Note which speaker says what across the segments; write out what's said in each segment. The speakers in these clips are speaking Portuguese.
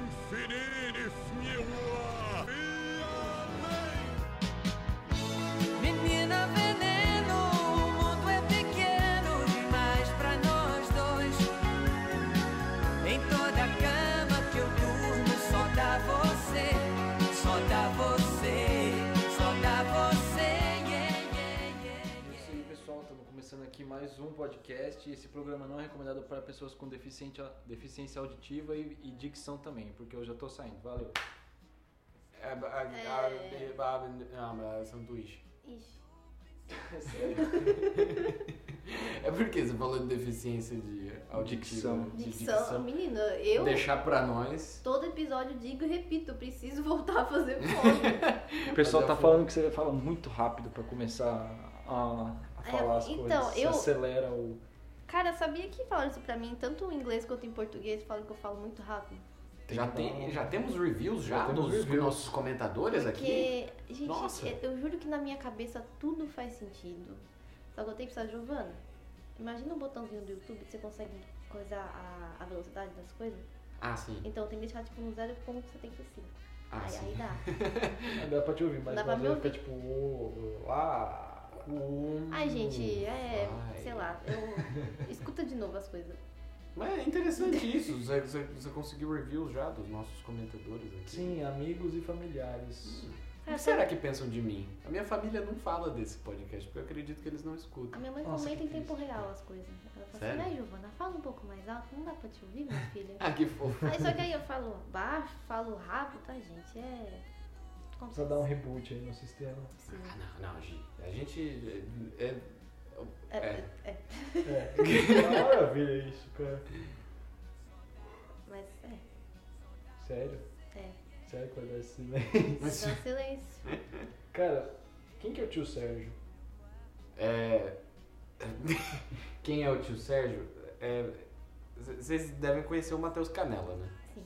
Speaker 1: infinir e miroir e além.
Speaker 2: Menina veneno, o mundo é pequeno demais pra nós dois. Em toda a cama que eu durmo, só dá você, só dá você, só dá você. yeah, yeah, yeah,
Speaker 3: É isso aí, pessoal. Estamos começando aqui mais um podcast. Esse programa não é recomendado para pessoas com deficiente- deficiência auditiva e, e dicção também, porque eu já tô saindo. Valeu.
Speaker 4: É, ba- é, é, é, ah, mas é sanduíche.
Speaker 5: Ixi.
Speaker 3: É sério.
Speaker 4: É porque você falou de deficiência de audição.
Speaker 3: Dicção.
Speaker 4: De
Speaker 5: Dicção. Menina, eu
Speaker 4: Deixar pra nós.
Speaker 5: todo episódio digo e repito, eu preciso voltar a fazer fono.
Speaker 3: O pessoal
Speaker 4: Mas é
Speaker 3: tá
Speaker 4: foda.
Speaker 3: falando que você fala muito rápido para começar a, a
Speaker 5: É,
Speaker 3: falar as
Speaker 5: então,
Speaker 3: coisas. Você
Speaker 5: eu-
Speaker 3: acelera o.
Speaker 5: Cara, sabia que falaram isso pra mim, tanto em inglês quanto em português, falam que eu falo muito rápido.
Speaker 4: Já, tem, já temos reviews já,
Speaker 3: Já temos
Speaker 4: dos
Speaker 3: reviews.
Speaker 4: nossos comentadores aqui?
Speaker 5: Porque, gente,
Speaker 4: Nossa.
Speaker 5: eu- eu juro que na minha cabeça tudo faz sentido. Só que eu tenho que precisar, Giovana, imagina um botãozinho do YouTube que você consegue coisar a, a velocidade das coisas.
Speaker 4: Ah, sim.
Speaker 5: Então eu tenho que deixar tipo um 0.75.
Speaker 4: Ah,
Speaker 5: aí,
Speaker 4: sim.
Speaker 5: aí dá.
Speaker 3: Ah, Dá pra te ouvir, mas
Speaker 5: Dá pra
Speaker 3: às
Speaker 5: me
Speaker 3: vezes fica tipo. ô, ô, lá, um.
Speaker 5: Ai, gente, é.
Speaker 4: vai.
Speaker 5: Sei lá, eu. Escuta de novo as coisas.
Speaker 4: Mas é interessante isso. Você, você, você conseguiu reviews já dos nossos comentadores aqui.
Speaker 3: Sim, amigos e familiares.
Speaker 5: Hum.
Speaker 4: O que será que pensam de mim? A minha família não fala desse podcast, porque eu acredito que eles não
Speaker 5: A
Speaker 4: escutam.
Speaker 5: minha mãe
Speaker 3: Nossa,
Speaker 5: comenta
Speaker 3: que
Speaker 5: em tempo real as coisas. Ela fala
Speaker 4: Sério?
Speaker 5: assim, né, Giovana, fala um pouco mais alto, não dá pra te ouvir, minha filha.
Speaker 4: Ah, que fofo.
Speaker 5: aí só que aí eu falo baixo, falo rápido, tá, gente? É.
Speaker 3: Precisa dar um reboot aí no sistema.
Speaker 5: Sim.
Speaker 4: Ah, não, não, Gi. A gente. É, é-
Speaker 5: É,
Speaker 4: É.
Speaker 5: é, é.
Speaker 3: É, que maravilha isso, cara.
Speaker 5: Mas é.
Speaker 3: Sério?
Speaker 5: É.
Speaker 3: Sério que vai dar esse né? silêncio?
Speaker 4: Mas-
Speaker 5: Então, silêncio.
Speaker 3: Cara, quem que é o tio Sérgio?
Speaker 4: É. Quem é o tio Sérgio? É, c- Vocês devem conhecer o Matheus Canela, né?
Speaker 5: Sim.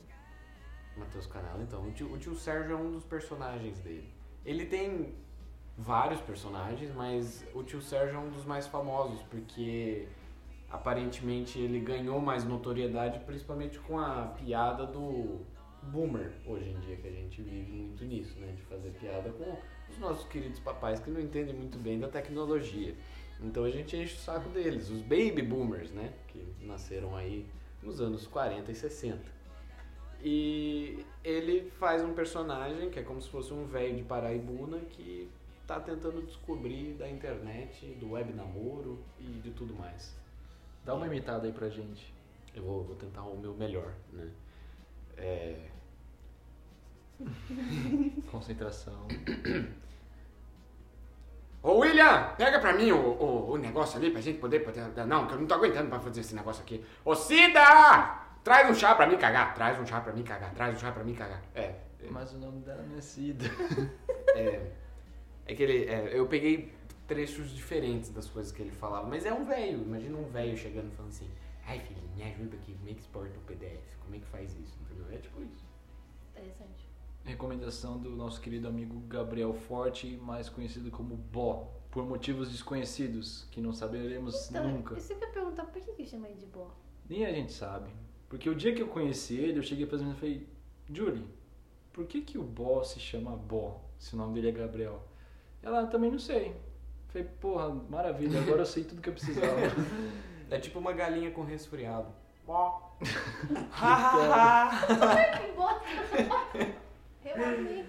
Speaker 4: Matheus Canela, então. O tio, o tio Sérgio é um dos personagens dele. Ele tem vários personagens, mas o tio Sérgio é um dos mais famosos, porque aparentemente ele ganhou mais notoriedade, principalmente com a piada do boomer, hoje em dia, que a gente vive muito nisso, né? De fazer piada com os nossos queridos papais que não entendem muito bem da tecnologia. Então a gente enche o saco deles, os baby boomers, né? Que nasceram aí nos anos 40 e 60. E ele faz um personagem que é como se fosse um velho de Paraibuna que tá tentando descobrir da internet, do web namoro e de tudo mais.
Speaker 3: Dá uma imitada aí pra gente.
Speaker 4: Eu vou, vou tentar o meu melhor, né? É,
Speaker 3: Concentração.
Speaker 4: Ô William, pega pra mim o, o, o negócio ali pra gente poder, poder. Não, que eu não tô aguentando pra fazer esse negócio aqui. Ô Cida! Traz um chá pra mim cagar, traz um chá pra mim cagar, traz um chá pra mim cagar. É.
Speaker 3: Mas o nome dela não é Cida.
Speaker 4: É, é que ele. é, eu peguei trechos diferentes das coisas que ele falava, mas é um velho. Imagina um velho chegando e falando assim: Ai filho, me ajuda aqui, como é que exporta o PDF? Como é que faz isso? Entendeu? É tipo isso.
Speaker 5: Interessante.
Speaker 3: Recomendação do nosso querido amigo Gabriel Forte, mais conhecido como Bó. Por motivos desconhecidos, que não saberemos
Speaker 5: Então,
Speaker 3: nunca.
Speaker 5: eu sempre ia perguntar por que que chama ele de boa.
Speaker 3: Nem a gente sabe. Porque o dia que eu conheci ele, eu cheguei pra mim e falei, Julie, por que que o Bó se chama Bó, se o nome dele é Gabriel? Ela, também não sei. Falei, porra, maravilha, agora eu sei tudo que eu precisava.
Speaker 4: É tipo uma galinha com resfriado. Ó.
Speaker 5: Que bosta! Eu amei.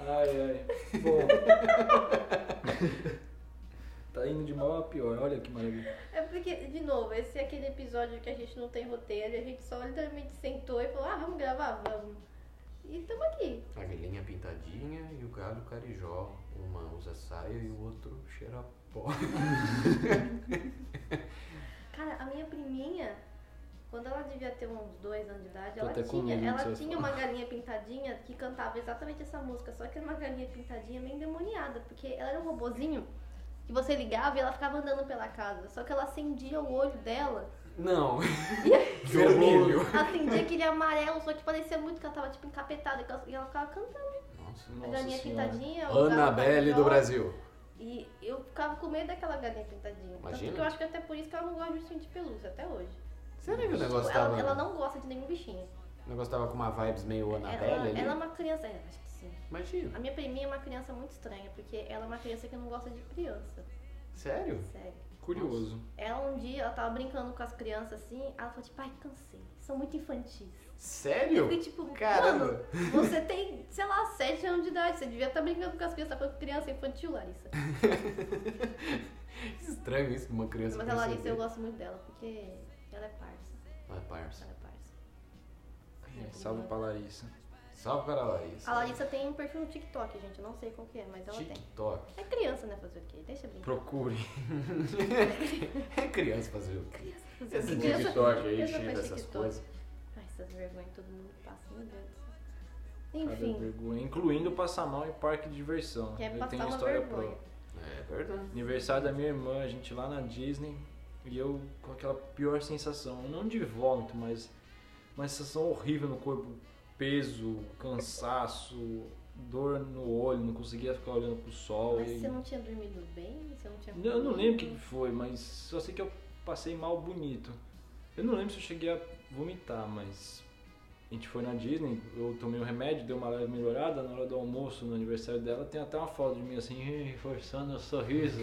Speaker 3: ai, ai. Bom. tá indo de mal a pior, olha que maravilha.
Speaker 5: É porque, de novo, esse é aquele episódio que a gente não tem roteiro, a gente só literalmente sentou e falou, ah, vamos gravar, vamos. E estamos aqui.
Speaker 4: A galinha pintadinha e o galo carijó. Uma usa saia e o outro cheira a pó.
Speaker 5: Cara, a minha priminha, quando ela devia ter uns dois anos de idade,
Speaker 3: Tô
Speaker 5: ela
Speaker 3: até com
Speaker 5: tinha,
Speaker 3: medo do que
Speaker 5: ela
Speaker 3: você
Speaker 5: tinha
Speaker 3: vai
Speaker 5: uma galinha pintadinha que cantava exatamente essa música, só que era uma galinha pintadinha meio endemoniada, porque ela era um robozinho que você ligava e ela ficava andando pela casa, só que ela acendia o olho dela,
Speaker 4: Não.
Speaker 3: Vermelho.
Speaker 5: acendia aquele amarelo, só que parecia muito que ela tava tipo encapetada, que ela- e ela ficava cantando.
Speaker 4: Nossa.
Speaker 5: a galinha pintadinha. o galo
Speaker 4: Annabelle do
Speaker 5: carijó.
Speaker 4: Brasil.
Speaker 5: E eu ficava com medo daquela galinha pintadinha.
Speaker 4: Imagina.
Speaker 5: Tanto que eu acho que até por isso que ela não gosta de ursinho de pelúcia até hoje.
Speaker 4: Será que o
Speaker 5: Tipo,
Speaker 4: negócio
Speaker 5: ela,
Speaker 4: tava.
Speaker 5: ela não gosta de nenhum bichinho.
Speaker 4: O negócio tava com uma vibes meio Annabelle
Speaker 5: Ela,
Speaker 4: ali.
Speaker 5: ela é uma criança. é, acho que sim. A
Speaker 4: Imagina.
Speaker 5: minha priminha é uma criança muito estranha, porque ela é uma criança que não gosta de criança.
Speaker 4: Sério?
Speaker 5: Sério.
Speaker 3: Curioso.
Speaker 5: Ela um dia, ela tava brincando com as crianças assim, ela falou tipo, ai, cansei, são muito infantis. Eu
Speaker 4: Sério?
Speaker 5: fiquei tipo,
Speaker 4: Caramba!
Speaker 5: mano, você tem, sei lá, 7 anos de idade, você devia estar brincando com as crianças, tá falando criança infantil, Larissa.
Speaker 4: Que Estranho isso de uma criança.
Speaker 5: Mas a Larissa,
Speaker 4: perceber.
Speaker 5: eu gosto muito dela, porque ela é parça,
Speaker 4: Vai, parça.
Speaker 5: ela é parça.
Speaker 3: É, salve pra Larissa.
Speaker 4: Salve para a Larissa.
Speaker 5: A Larissa tem um perfil no TikTok, gente, eu não sei qual que é, mas ela tem.
Speaker 4: TikTok.
Speaker 5: É criança, né, fazer o quê? Deixa eu brincar.
Speaker 3: Procure.
Speaker 4: É criança fazer o quê? Esse
Speaker 5: Criança-
Speaker 4: TikTok aí,
Speaker 5: criança
Speaker 4: cheio
Speaker 5: faz
Speaker 4: dessas
Speaker 5: TikTok.
Speaker 4: coisas.
Speaker 5: Ai, essas vergonhas que todo mundo passa, meu Deus do céu.
Speaker 3: Cada
Speaker 5: Enfim,
Speaker 3: vergonha. Incluindo passar mal em parque de diversão.
Speaker 5: quer
Speaker 3: Eu tenho
Speaker 5: passar uma
Speaker 3: história
Speaker 5: vergonha.
Speaker 3: própria.
Speaker 4: É verdade.
Speaker 3: Aniversário da minha irmã, a gente lá na Disney. E eu com aquela pior sensação, não de vômito, mas uma sensação horrível no corpo. Peso, cansaço, dor no olho, não conseguia ficar olhando pro sol.
Speaker 5: Mas
Speaker 3: e-
Speaker 5: você não tinha dormido bem? Você não tinha
Speaker 3: Não, Eu não
Speaker 5: comido?
Speaker 3: lembro o que que foi, mas só sei que eu passei mal bonito. Eu não lembro se eu cheguei a vomitar, mas a gente foi na Disney, eu tomei um remédio, deu uma leve melhorada na hora do almoço, no aniversário dela, tem até uma foto de mim assim, reforçando o sorriso.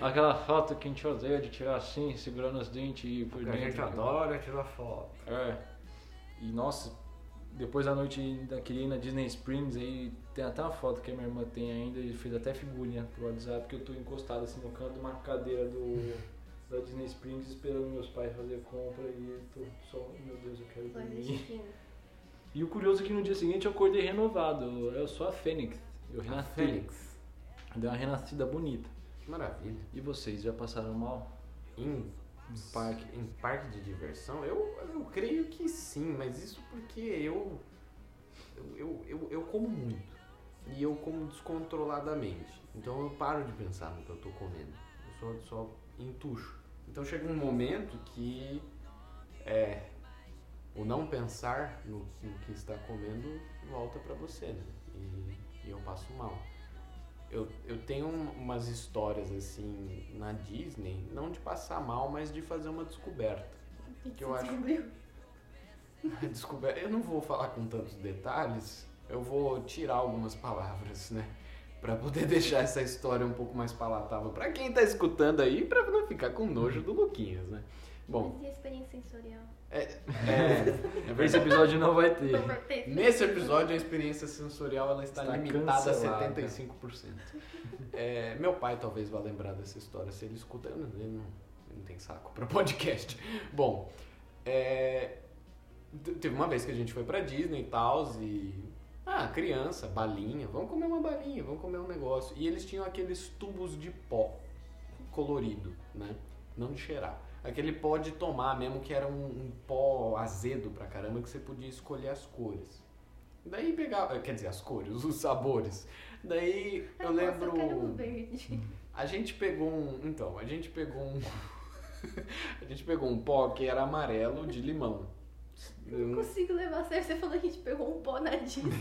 Speaker 3: Aquela foto que a gente odeia de tirar assim, segurando os dentes e ir por
Speaker 4: A
Speaker 3: dentro.
Speaker 4: gente adora tirar foto.
Speaker 3: É. E nossa, depois da noite ainda queria ir na Disney Springs, aí tem até uma foto que a minha irmã tem ainda e fez até figurinha pro WhatsApp que eu tô encostado assim no canto de uma cadeira do da Disney Springs esperando meus pais fazer compra e eu tô só, meu Deus, eu quero
Speaker 5: Só
Speaker 3: dormir.
Speaker 5: existindo.
Speaker 3: E o curioso é que no dia seguinte eu acordei renovado, eu sou a Fênix, eu renasci.
Speaker 4: Fênix.
Speaker 3: Deu uma renascida bonita.
Speaker 4: Que maravilha.
Speaker 3: E vocês já passaram mal
Speaker 4: Em
Speaker 3: no parque?
Speaker 4: Em parque de diversão? Eu, eu creio que sim, mas isso porque eu eu, eu, eu. eu como muito. E eu como descontroladamente. Então eu paro de pensar no que eu tô comendo. Eu só, só entucho. Então chega um momento que. É. O não pensar no, no que está comendo volta pra você, né? E, e eu passo mal. Eu, eu tenho um- umas histórias assim na Disney, não de passar mal, mas de fazer uma descoberta.
Speaker 5: E
Speaker 4: Que eu acho.
Speaker 5: descobriu.
Speaker 4: descoberta. Eu não vou falar com tantos detalhes, eu vou tirar algumas palavras, né? Pra poder deixar essa história um pouco mais palatável pra quem tá escutando aí, pra não ficar com nojo do Luquinhas, né? Bom,
Speaker 5: Mas e a experiência sensorial?
Speaker 4: é, é
Speaker 3: Esse
Speaker 4: verdade.
Speaker 3: episódio não vai ter.
Speaker 5: Tô perfeita.
Speaker 4: Nesse episódio, a experiência sensorial ela está,
Speaker 3: Está
Speaker 4: limitada
Speaker 3: cancelada.
Speaker 4: a 75%. É, meu pai talvez vá lembrar dessa história se ele escuta. Ele não, ele não, ele não tem saco para podcast. Bom, é, te- teve uma vez que a gente foi pra Disney e tal, e. Ah, criança, balinha, vamos comer uma balinha, vamos comer um negócio. E eles tinham aqueles tubos de pó colorido, né? Não de cheirar. Aquele pó de tomar mesmo, que era um, um pó azedo pra caramba, que você podia escolher as cores. Daí pegava, quer dizer, as cores, os sabores. Daí eu
Speaker 5: Ai, nossa,
Speaker 4: lembro.
Speaker 5: Eu quero um verde.
Speaker 4: A gente pegou um. Então, a gente pegou um. a gente pegou um pó que era amarelo de limão. Uhum.
Speaker 5: Não consigo levar a sério. Você falou que a gente pegou um pó na Disney.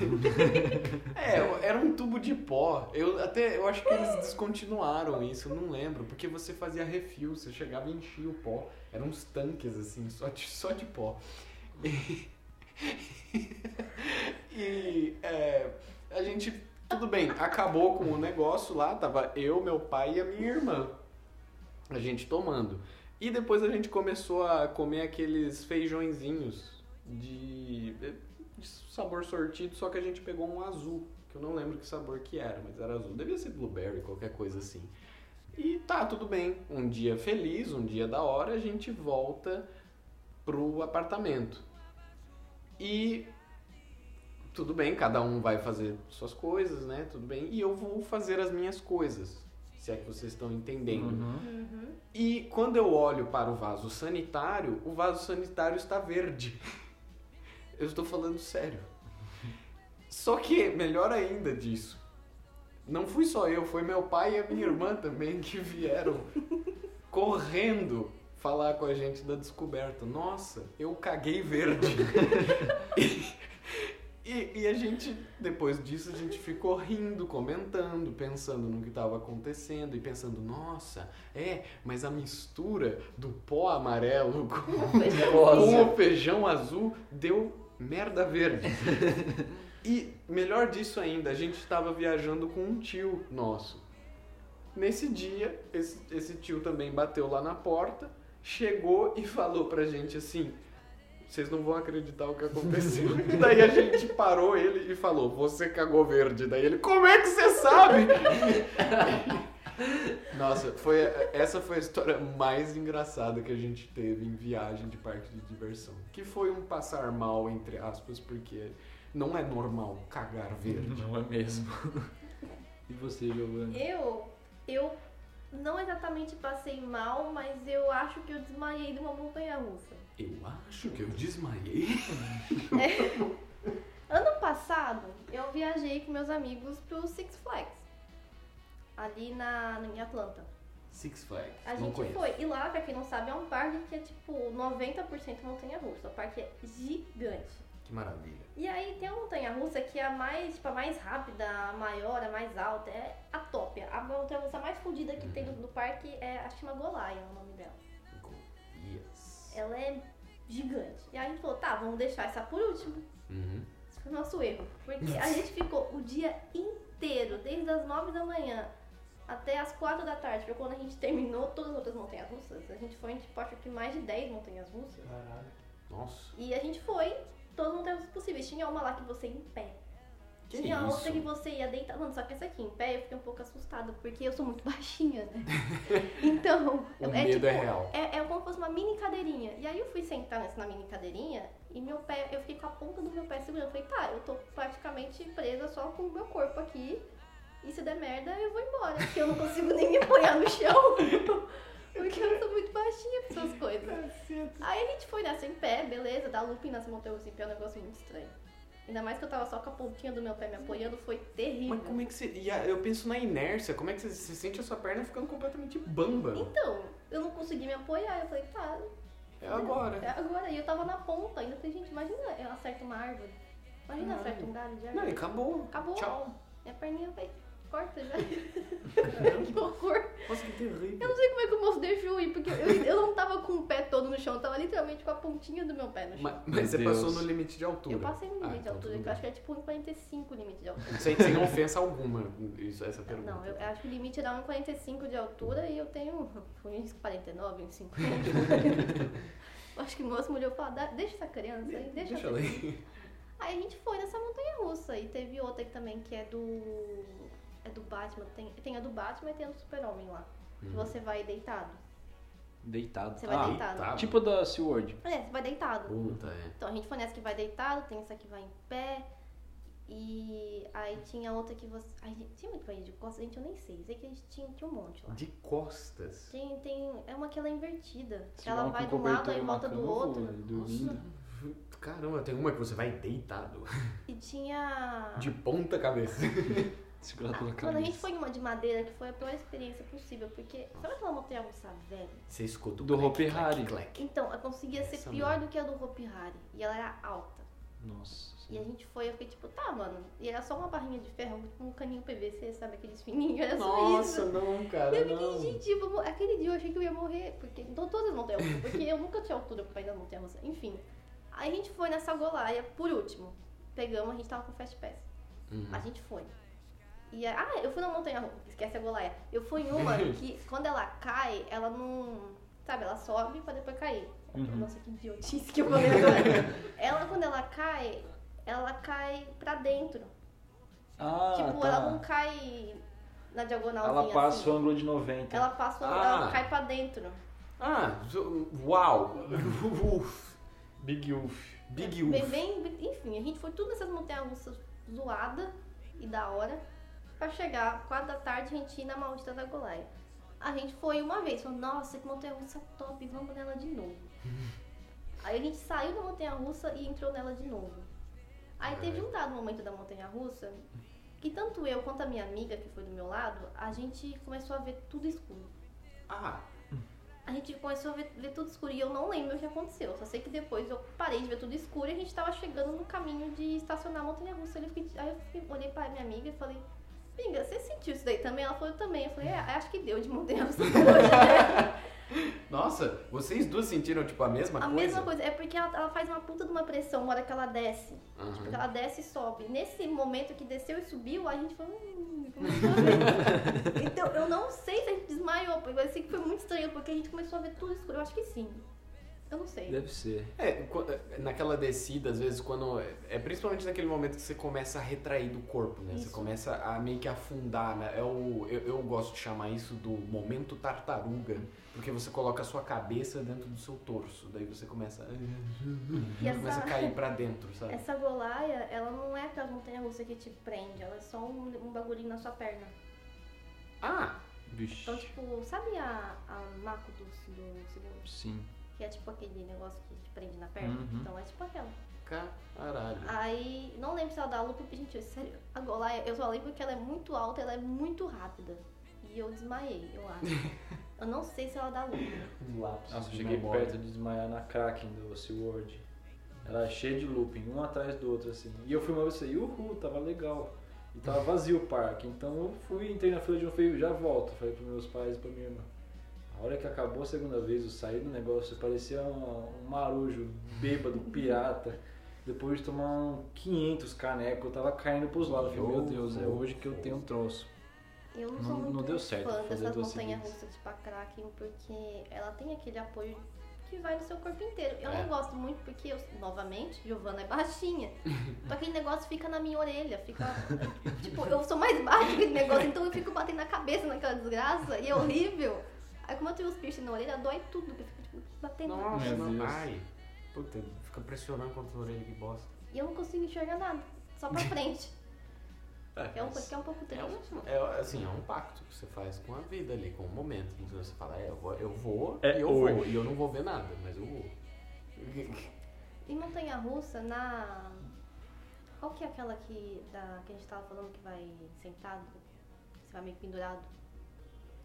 Speaker 4: É, era um tubo de pó. Eu até eu acho que eles descontinuaram isso, eu não lembro, porque você fazia refil, você chegava e enchia o pó. Eram uns tanques assim, só de, só de pó. E, e, é, a gente tudo bem, acabou com o negócio lá, tava eu, meu pai e a minha irmã. A gente tomando. E depois a gente começou a comer aqueles feijõezinhos de, de sabor sortido, só que a gente pegou um azul, que eu não lembro que sabor que era, mas era azul. Devia ser blueberry, qualquer coisa assim. E tá, tudo bem. Um dia feliz, um dia da hora, a gente volta pro apartamento. E tudo bem, cada um vai fazer suas coisas, né? Tudo bem. E eu vou fazer as minhas coisas, se é que vocês estão entendendo.
Speaker 3: Uhum.
Speaker 5: Uhum.
Speaker 4: E quando eu olho para o vaso sanitário, o vaso sanitário está verde. Eu estou falando sério. Só que, melhor ainda disso, não fui só eu, foi meu pai e a minha irmã também que vieram correndo falar com a gente da descoberta. Nossa, eu caguei verde. E, e a gente, depois disso, a gente ficou rindo, comentando, pensando no que estava acontecendo e pensando, nossa, é, mas a mistura do pó amarelo com,
Speaker 5: Um feijão.
Speaker 4: com o feijão azul deu merda verde. e melhor disso ainda, a gente estava viajando com um tio nosso. Nesse dia, esse, esse tio também bateu lá na porta, chegou e falou pra gente assim: vocês não vão acreditar o que aconteceu. E daí a gente parou ele e falou: Você cagou verde. Daí ele: Como é que você sabe? Nossa, foi, essa foi a história mais engraçada que a gente teve em viagem de parque de diversão. Que foi um passar mal, entre aspas, porque não é normal cagar verde.
Speaker 3: Não é mesmo. E você, Giovanni?
Speaker 5: é. Eu, eu não exatamente passei mal, mas eu acho que eu desmaiei de uma montanha russa.
Speaker 4: Eu acho que eu desmaiei.
Speaker 5: Ano passado, eu viajei com meus amigos pro Six Flags. Ali na, em Atlanta.
Speaker 4: Six Flags.
Speaker 5: A
Speaker 4: não
Speaker 5: gente
Speaker 4: conheço.
Speaker 5: foi. E lá, pra quem não sabe, é um parque que é tipo 90% montanha russa. O parque é gigante.
Speaker 4: Que maravilha.
Speaker 5: E aí tem a montanha russa que é a mais, tipo, a mais rápida, a maior, a mais alta, é a top. A montanha russa mais fodida que
Speaker 4: Uhum.
Speaker 5: tem no, no parque é a Shimagolaya, é o nome dela.
Speaker 4: Yes.
Speaker 5: Ela é gigante. E aí a gente falou, tá, vamos deixar essa por último.
Speaker 4: Uhum.
Speaker 5: Esse foi o nosso erro. Porque a gente ficou o dia inteiro, desde as 9 da manhã até as 4 da tarde, porque quando a gente terminou todas as outras montanhas russas, a gente foi em tipo, acho que mais de 10 montanhas russas.
Speaker 4: Nossa.
Speaker 5: E a gente foi todas as montanhas russas possíveis. Tinha uma lá que você ia em pé.
Speaker 4: Que
Speaker 5: Tinha
Speaker 4: isso?
Speaker 5: outra que você ia deitar. Mano, só que essa aqui em pé eu fiquei um pouco assustada, porque eu sou muito baixinha, né? Então.
Speaker 4: O medo
Speaker 5: tipo,
Speaker 4: é real.
Speaker 5: É, é como se fosse uma mini cadeirinha. E aí eu fui sentar nessa, na mini cadeirinha e meu pé, eu fiquei com a ponta do meu pé segurando. Eu falei, tá, eu tô praticamente presa só com o meu corpo aqui. E se der merda, eu vou embora. Porque eu não consigo nem me apoiar no chão. Porque eu sou muito baixinha pra essas coisas. Aí a gente foi nessa em pé, beleza, dar looping nas montanhas em pé é um negócio muito estranho. Ainda mais que eu tava só com a pontinha do meu pé me apoiando, foi terrível.
Speaker 4: Mas como é que você. e a- Eu penso na inércia, como é que você, você sente a sua perna ficando completamente bamba?
Speaker 5: Então, eu não consegui me apoiar. Eu falei, tá,
Speaker 4: É agora.
Speaker 5: É agora. E eu tava na ponta ainda. Eu Falei, gente, imagina eu acerto uma árvore. Imagina eu acerto um galho de
Speaker 4: Não, e
Speaker 5: árvore.
Speaker 4: acabou.
Speaker 5: Acabou.
Speaker 4: Tchau.
Speaker 5: Minha perninha vai. Corta já. que horror.
Speaker 4: Nossa, que
Speaker 5: Eu
Speaker 4: terrível.
Speaker 5: não sei como é que o moço deixou ir, porque eu, eu não tava com o pé todo no chão. Eu tava literalmente com a pontinha do meu pé no chão.
Speaker 4: Mas,
Speaker 3: Meu
Speaker 4: mas você
Speaker 3: Deus.
Speaker 4: passou no limite de altura.
Speaker 5: Eu passei no
Speaker 4: Ah,
Speaker 5: limite de
Speaker 4: então
Speaker 5: altura,
Speaker 4: tudo
Speaker 5: que eu acho que era tipo 1,45 o limite de altura.
Speaker 4: bem. Sem, sem ofensa alguma, isso, essa pergunta.
Speaker 5: Não, eu é, acho que o limite um era 1,45 de altura e eu tenho um uns 49, uns 50. Eu acho que o moço olhou e falou, "Dá- deixa essa criança aí,
Speaker 4: Deixa
Speaker 5: deixa, essa
Speaker 4: eu ler.
Speaker 5: Aí a gente foi nessa montanha russa e teve outra que também que é do. É do Batman. Tem, tem a do Batman e tem a do Super-Homem lá. Que você vai deitado.
Speaker 3: Deitado.
Speaker 5: Você vai
Speaker 3: Uhum. ah,
Speaker 5: deitado.
Speaker 4: deitado.
Speaker 3: tipo da SeaWorld.
Speaker 5: É, você vai deitado.
Speaker 4: Puta, é.
Speaker 5: Então a gente foi nessa que vai deitado, tem essa que vai em pé. E aí tinha outra que você. Ai, gente, tinha muito pra ir de costas, gente, eu nem sei. Sei que a gente tinha, tinha um monte lá.
Speaker 4: De costas.
Speaker 5: Tem, tem. É uma que ela é invertida.
Speaker 3: Se
Speaker 5: que ela
Speaker 3: uma
Speaker 5: vai de
Speaker 3: com
Speaker 5: um lado
Speaker 3: cobertura
Speaker 5: aí
Speaker 3: e
Speaker 5: volta
Speaker 3: uma
Speaker 5: do
Speaker 3: cama,
Speaker 5: outro.
Speaker 3: pô, Dormindo.
Speaker 4: Caramba, tem uma que você vai deitado.
Speaker 5: E tinha.
Speaker 4: De ponta cabeça.
Speaker 3: Segurado pela
Speaker 5: Quando
Speaker 3: cabeça.
Speaker 5: a gente foi em uma de madeira, que foi a pior experiência possível, porque. Sabe aquela montanha russa velha?
Speaker 4: Você escuta o
Speaker 3: Do
Speaker 4: clack,
Speaker 3: Hopi
Speaker 4: clack,
Speaker 3: Hari.
Speaker 4: clack.
Speaker 5: Então, ela conseguia ser
Speaker 4: Essa
Speaker 5: pior do que a do Hopi Hari. E ela era alta.
Speaker 3: Nossa.
Speaker 5: E
Speaker 4: Hum.
Speaker 5: a gente foi, eu fiquei tipo, tá, mano. E era só uma barrinha de ferro, tipo um caninho PVC, sabe? Aqueles fininhos, era só
Speaker 4: Nossa,
Speaker 5: Então, é isso.
Speaker 4: não,
Speaker 5: E
Speaker 4: cara,
Speaker 5: eu fiquei,
Speaker 4: não.
Speaker 5: gente, eu vou mo- aquele dia eu achei que eu ia morrer, porque. Então, todas as montanhas russas, porque eu nunca tinha altura pra ir nas montanhas russas. Enfim. Aí a gente foi nessa golaia, por último. Pegamos, a gente tava com Fast Pass.
Speaker 4: Uhum.
Speaker 5: A gente foi. E aí- ah, eu fui na montanha russa, esquece a golaia. Eu fui em uma que quando ela cai, ela não. Sabe, ela sobe pra depois cair.
Speaker 3: Uhum.
Speaker 5: Nossa, que idiotice que eu falei agora. ela, quando ela cai, ela cai pra dentro.
Speaker 3: Ah,
Speaker 5: tipo,
Speaker 3: tá.
Speaker 5: ela não cai na diagonalzinha.
Speaker 3: Ela passa um-
Speaker 5: assim.
Speaker 3: o ângulo de 90.
Speaker 5: Ela passa, um
Speaker 4: Ah.
Speaker 5: ela cai pra dentro.
Speaker 4: Ah, zo- uau. Uf. Big Uf. Big Uf.
Speaker 5: Bem, bem- enfim, a gente foi tudo nessas montanhas russas zoada e da hora. Pra chegar, 4 da tarde, a gente ir na maldita da Golaia. A gente foi uma vez, falou, nossa, que montanha russa top, vamos nela de novo. Aí a gente saiu da montanha russa e entrou nela de novo. Aí teve um dado momento da montanha russa que tanto eu quanto a minha amiga que foi do meu lado, a gente começou a ver tudo escuro.
Speaker 4: Ah,
Speaker 5: A gente começou a ver, ver tudo escuro e eu não lembro o que aconteceu. Só sei que depois eu parei de ver tudo escuro e a gente tava chegando no caminho de estacionar a montanha russa. Aí eu, fiquei- aí eu fiquei- olhei pra minha amiga e falei, amiga, você sentiu isso daí também? Ela falou, eu também. Eu falei, é, acho que deu de montanha russa hoje, né?
Speaker 4: Nossa, vocês duas sentiram, tipo, a mesma
Speaker 5: A
Speaker 4: coisa?
Speaker 5: mesma coisa, é porque ela, ela faz uma puta de uma pressão na hora que ela desce.
Speaker 4: Aham.
Speaker 5: Porque ela desce e sobe. Nesse momento que desceu e subiu, a gente falou. "Hum, como é que foi?" então, eu não sei se a gente desmaiou, porque eu sei que foi muito estranho, porque a gente começou a ver tudo escuro. Eu acho que sim. Eu não sei.
Speaker 3: Deve ser.
Speaker 4: É, qu- é, naquela descida, às vezes, quando. É principalmente naquele momento que você começa a retrair do corpo, né? Você
Speaker 5: Isso.
Speaker 4: começa a meio que afundar, né? É o, eu, eu gosto de chamar isso do momento tartaruga, porque você coloca a sua cabeça dentro do seu torso, daí você começa.
Speaker 5: E essa-
Speaker 4: Começa a cair pra dentro, sabe?
Speaker 5: Essa golaia, ela não é aquela montanha russa que te prende, ela é só um, um bagulhinho na sua perna.
Speaker 4: Ah!
Speaker 3: Vixe.
Speaker 5: Então, tipo, sabe a, a Mako do, do segundo?
Speaker 3: Sim.
Speaker 5: Que é tipo aquele negócio que te prende na perna?
Speaker 3: Uhum.
Speaker 5: Então é tipo aquela.
Speaker 4: Caralho.
Speaker 5: Aí, não lembro se ela dá loop, gente, eu- sério, a Golaia, eu só lembro que ela é muito alta, ela é muito rápida. E eu desmaiei, eu acho. eu não sei se ela dá loop.
Speaker 4: Um lápis.
Speaker 3: Nossa, eu
Speaker 4: de
Speaker 3: cheguei
Speaker 4: memória.
Speaker 3: perto de desmaiar na Kraken do SeaWorld. Ela é cheia de looping, um atrás do outro, assim. E eu fui uma vez e uhul, tava legal. E tava vazio o parque. Então eu fui, entrei na fila de um feio, já volto. Falei pros meus pais e pra minha irmã. A hora que acabou a segunda vez, eu saí do negócio, eu parecia um, um marujo, bêbado, pirata. Depois de tomar um 500 canecos, eu tava caindo pros lados. Eu Falei, meu Deus, é hoje que eu tenho um troço.
Speaker 5: Eu não,
Speaker 3: Não-
Speaker 5: sou muito
Speaker 3: não deu certo
Speaker 5: fã
Speaker 3: fazer
Speaker 5: dessas
Speaker 3: duas
Speaker 5: montanhas
Speaker 3: seguidas.
Speaker 5: russas tipo a Kraken, porque ela tem aquele apoio que vai no seu corpo inteiro. Eu
Speaker 4: É.
Speaker 5: não gosto muito porque, eu, novamente, Giovana é baixinha. Então aquele negócio fica na minha orelha, fica... tipo, eu sou mais baixa que aquele negócio, então eu fico batendo na cabeça naquela desgraça e é horrível. Aí como eu tenho os piercing na orelha, dói tudo, porque eu fico tipo, batendo.
Speaker 4: Nossa,
Speaker 3: Meu
Speaker 4: não.
Speaker 3: Deus.
Speaker 4: Ai. Puta, fica pressionando contra a orelha que bosta.
Speaker 5: E eu não consigo enxergar nada, só pra frente.
Speaker 4: É,
Speaker 5: É uma coisa que é um pouco
Speaker 4: É,
Speaker 5: triste.
Speaker 4: um, é, assim, é um pacto que você faz com a vida ali, com o momento. Então você fala, é, eu vou, eu vou
Speaker 3: É
Speaker 4: e eu vou.
Speaker 3: hoje.
Speaker 4: E eu não vou ver nada, mas eu vou.
Speaker 5: Em montanha russa, na. Qual que é aquela que, da, que a gente tava falando que vai sentado? Você vai meio pendurado?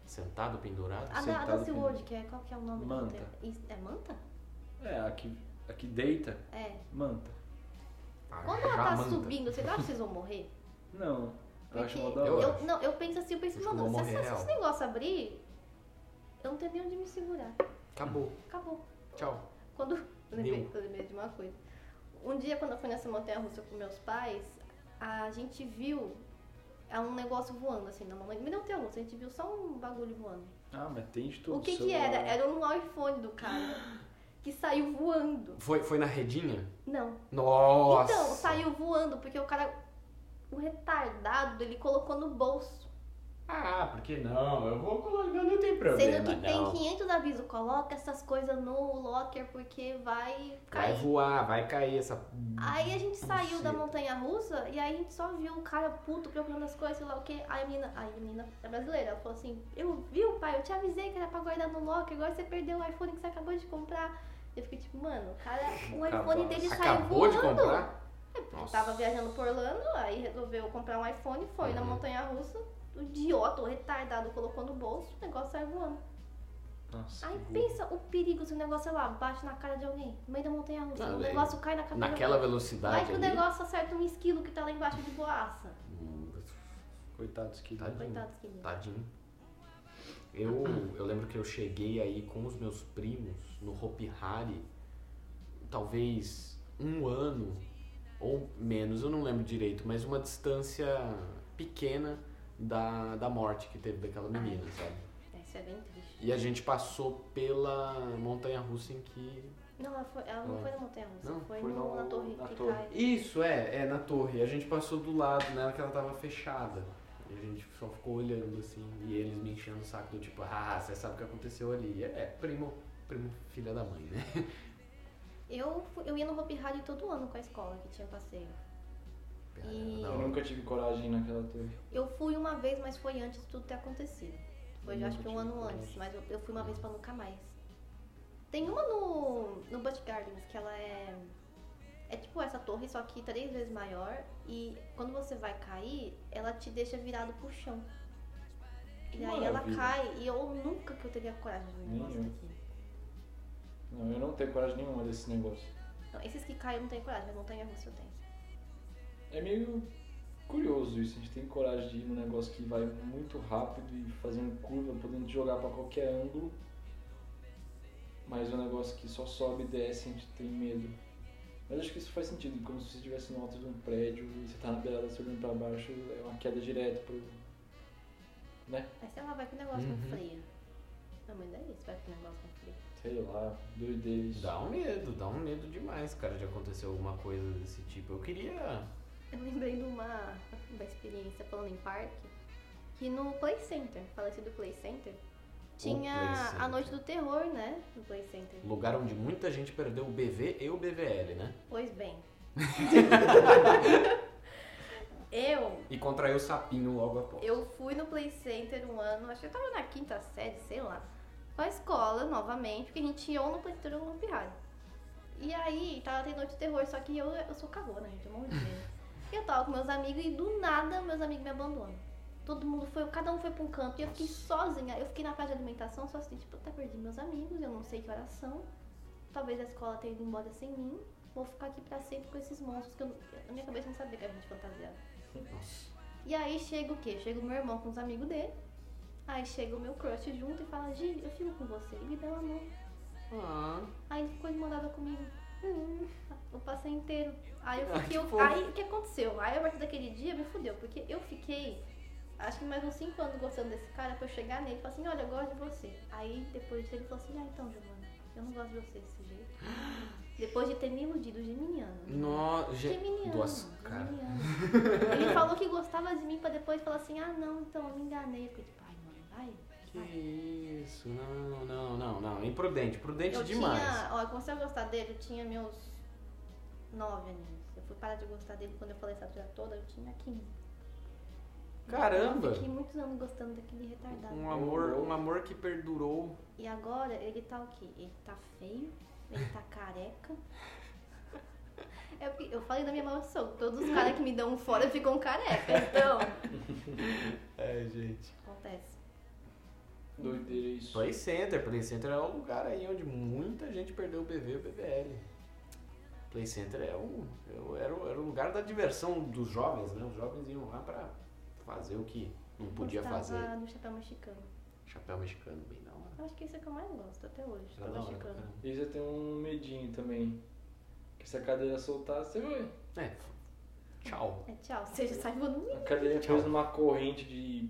Speaker 4: Sentado, pendurado?
Speaker 5: A da, a da
Speaker 3: Sentado
Speaker 5: SeaWorld, que é. Qual que é o nome da
Speaker 3: Manta.
Speaker 5: montanha? Isso- É manta?
Speaker 3: É, aqui, aqui deita,
Speaker 5: É.
Speaker 3: manta.
Speaker 4: Ah,
Speaker 5: Quando ela tá
Speaker 4: jamanta.
Speaker 5: subindo, vocês acham que vocês vão morrer?
Speaker 3: Não, eu acho uma da
Speaker 5: eu,
Speaker 3: hora.
Speaker 5: não, eu penso assim, eu penso,
Speaker 4: Acho que eu
Speaker 5: mano,
Speaker 4: vou
Speaker 5: se,
Speaker 4: morrer
Speaker 5: essa- se
Speaker 4: real.
Speaker 5: esse negócio abrir, eu não tenho nem onde me segurar.
Speaker 4: Acabou.
Speaker 5: Acabou.
Speaker 4: Tchau.
Speaker 5: Quando. Eu lembrei,
Speaker 4: Deu.
Speaker 5: eu lembrei de uma coisa. Um dia, quando eu fui nessa montanha russa com meus pais, a gente viu é, um negócio voando assim na mamãe. Me deu um russa, a gente viu só um bagulho voando.
Speaker 3: Ah, mas tem de tudo.
Speaker 5: o que que
Speaker 3: celular.
Speaker 5: era? Era um iPhone do cara que saiu voando.
Speaker 4: Foi, foi na redinha?
Speaker 5: Não.
Speaker 4: Nossa.
Speaker 5: Então, saiu voando porque o cara, o retardado, ele colocou no bolso.
Speaker 4: Ah, porque não? Eu vou colocar, não tem problema.
Speaker 5: Sendo que
Speaker 4: não.
Speaker 5: tem 500 avisos, coloca essas coisas no locker porque vai
Speaker 4: Vai
Speaker 5: cair.
Speaker 4: voar, vai cair essa.
Speaker 5: Aí a gente saiu da
Speaker 4: Buceta.
Speaker 5: montanha russa e aí a gente só viu o cara puto procurando as coisas, sei lá o que. Aí a menina, aí a menina é brasileira, ela falou assim: Eu viu, pai, eu te avisei que era pra guardar no locker, agora você perdeu o iPhone que você acabou de comprar. Eu fiquei tipo, mano, o cara, o iPhone dele saiu
Speaker 4: Acabou
Speaker 5: voando.
Speaker 4: de comprar?
Speaker 5: Ele Tava viajando por Orlando, aí resolveu comprar um iPhone, foi na
Speaker 4: Uhum.
Speaker 5: montanha russa. O idiota, o retardado, colocou no bolso, o negócio saiu voando.
Speaker 3: Nossa,
Speaker 4: Uhum.
Speaker 5: Aí
Speaker 3: que burro.
Speaker 5: pensa o perigo se o negócio, sei lá, bate na cara de alguém, no meio da montanha russa.
Speaker 4: Ah,
Speaker 5: o
Speaker 4: daí-
Speaker 5: negócio cai na cabeça.
Speaker 4: Naquela
Speaker 5: Vai
Speaker 4: velocidade.
Speaker 5: que o
Speaker 4: ali?
Speaker 5: negócio acerta um esquilo que tá lá embaixo de boaça.
Speaker 3: Coitados que
Speaker 4: Tadinho.
Speaker 5: Coitado do esquilo.
Speaker 4: Tadinho. Eu, eu lembro que eu cheguei aí com os meus primos no Hopi Hari, talvez um ano ou menos, eu não lembro direito, mas uma distância pequena da, da morte que teve daquela menina, sabe?
Speaker 5: É, Isso é bem triste.
Speaker 4: E a gente passou pela montanha russa em que.
Speaker 5: Não, ela, foi- ela não foi na montanha russa,
Speaker 4: Não,
Speaker 5: foi,
Speaker 3: foi
Speaker 5: no-
Speaker 3: no-
Speaker 5: na torre
Speaker 3: na
Speaker 5: que
Speaker 3: torre.
Speaker 5: cai.
Speaker 4: Isso, é, é na torre. A gente passou do lado, né, que ela tava fechada. E a gente só ficou olhando assim, e eles me enchendo o saco do tipo, ah, você sabe o que aconteceu ali. É, é, primo, primo, filha da mãe, né?
Speaker 5: Eu, fui- eu ia no Hopi Hari todo ano com a escola que tinha passeio. E-
Speaker 4: Da
Speaker 3: Eu
Speaker 4: hora.
Speaker 3: nunca tive coragem naquela torre.
Speaker 5: Eu fui uma vez, mas foi antes de tudo ter acontecido. Foi, eu
Speaker 3: Nunca
Speaker 5: acho que um
Speaker 3: tive
Speaker 5: ano
Speaker 3: coragem.
Speaker 5: antes, mas eu, eu fui uma vez pra nunca mais. Tem uma no, no Busch Gardens, que ela é... É tipo essa torre, só que três vezes maior. E quando você vai cair, ela te deixa virado pro chão. E aí ela
Speaker 3: Maravilha.
Speaker 5: cai, e eu nunca que eu teria coragem de ver um
Speaker 3: Nem
Speaker 5: negócio
Speaker 3: eu.
Speaker 5: daqui.
Speaker 3: Não, eu não tenho coragem nenhuma desse negócio.
Speaker 5: Não, esses que caem eu não tenho coragem, mas montanha russa eu tenho.
Speaker 3: É meio curioso isso. A gente tem coragem de ir num negócio que vai muito rápido e fazendo curva, podendo jogar pra qualquer ângulo. mas é um negócio que só sobe e desce, a gente tem medo. Mas acho que isso faz sentido, como se você estivesse no alto de um prédio e você tá na beirada, você olhando pra baixo, é uma queda direto pro... né?
Speaker 5: Mas se ela vai com o negócio
Speaker 4: Uhum.
Speaker 5: não freia. Não, mas não é isso, vai com o negócio não freia.
Speaker 3: Sei lá, doidez.
Speaker 4: Dá um medo, dá um medo demais, cara, de acontecer alguma coisa desse tipo. Eu queria.
Speaker 5: Eu lembrei de uma, uma experiência falando em parque, que no Play Center, falecido Play Center, tinha
Speaker 4: Play Center.
Speaker 5: a Noite do Terror, né? No Play Center.
Speaker 4: Lugar onde muita gente perdeu o BV e o BVL, né?
Speaker 5: Pois bem. eu,
Speaker 4: E contraiu o sapinho logo após.
Speaker 5: eu fui no Play Center um ano, acho que eu tava na quinta série, sei lá, com a escola novamente, porque a gente ia ou no Play Center ou no Hopi Hari. E aí, tava tendo noite de terror, só que eu, eu sou cagona, gente, eu morro de medo. E eu tava com meus amigos e do nada meus amigos me abandonam. Todo mundo foi, cada um foi pra um canto e eu fiquei sozinha. Eu fiquei na casa de alimentação, só assim, tipo, até perdi meus amigos, eu não sei que horas são. Talvez a escola tenha ido embora sem mim. Vou ficar aqui pra sempre com esses monstros que eu, na minha cabeça eu não sabia que a gente fantasiava.
Speaker 4: Nossa.
Speaker 5: E aí chega o quê? Chega o meu irmão com os amigos dele. Aí chega o meu crush junto e fala, Gi, eu fico com você. E me dá uma mão.
Speaker 4: Ah,
Speaker 5: Aí ele ficou desmandada comigo. Hum, eu passei inteiro. Aí eu
Speaker 4: Ah,
Speaker 5: fiquei.
Speaker 4: que
Speaker 5: eu-
Speaker 4: fofo.
Speaker 5: aí o que aconteceu? Aí a partir daquele dia me fudeu, porque eu fiquei acho que mais uns 5 anos gostando desse cara pra eu chegar nele e falar assim, olha, eu gosto de você. Aí depois disso ele falou assim, ah então, Giovana, eu não gosto de você desse jeito. depois de ter me iludido geminiano.
Speaker 4: no... ge-
Speaker 5: Geminiano.
Speaker 4: Duas, cara.
Speaker 5: geminiano. ele falou que gostava de mim pra depois falar assim, ah não, então eu me enganei. Eu fiquei tipo, ai mano, vai.
Speaker 4: Que isso? Não, não, não, não. Imprudente, prudente
Speaker 5: Eu
Speaker 4: demais.
Speaker 5: tinha, ó, eu comecei a gostar dele, eu tinha meus 9 aninhos. Eu fui parar de gostar dele quando eu falei essa coisa toda, eu tinha 15.
Speaker 4: Caramba!
Speaker 5: Eu fiquei muitos anos gostando daquele retardado.
Speaker 4: Um amor, um amor que perdurou.
Speaker 5: E agora ele tá o quê? Ele tá feio, ele tá careca. Eu, fi- eu falei da minha maldição, todos os caras que me dão um fora ficam careca, então.
Speaker 4: É, gente.
Speaker 5: Acontece.
Speaker 3: Doideira isso.
Speaker 4: Play Center. Play Center é o lugar aí onde muita gente perdeu o BV e o BBL. Play Center é o, é o- era, o, era o lugar da diversão dos jovens, né? Os jovens iam lá pra fazer o que não podia
Speaker 5: eu tava
Speaker 4: fazer.
Speaker 5: no chapéu mexicano.
Speaker 4: Chapéu mexicano, bem da hora.
Speaker 5: Eu acho que isso é que eu mais gosto até hoje,
Speaker 4: Era
Speaker 5: chapéu
Speaker 4: da hora pra
Speaker 5: mexicano.
Speaker 4: caramba.
Speaker 3: E você tem um medinho também. Que se a cadeira soltar, você vai.
Speaker 4: É, f- tchau.
Speaker 5: É tchau, seja saiba no
Speaker 3: A cadeira
Speaker 4: Tchau.
Speaker 3: fez numa corrente de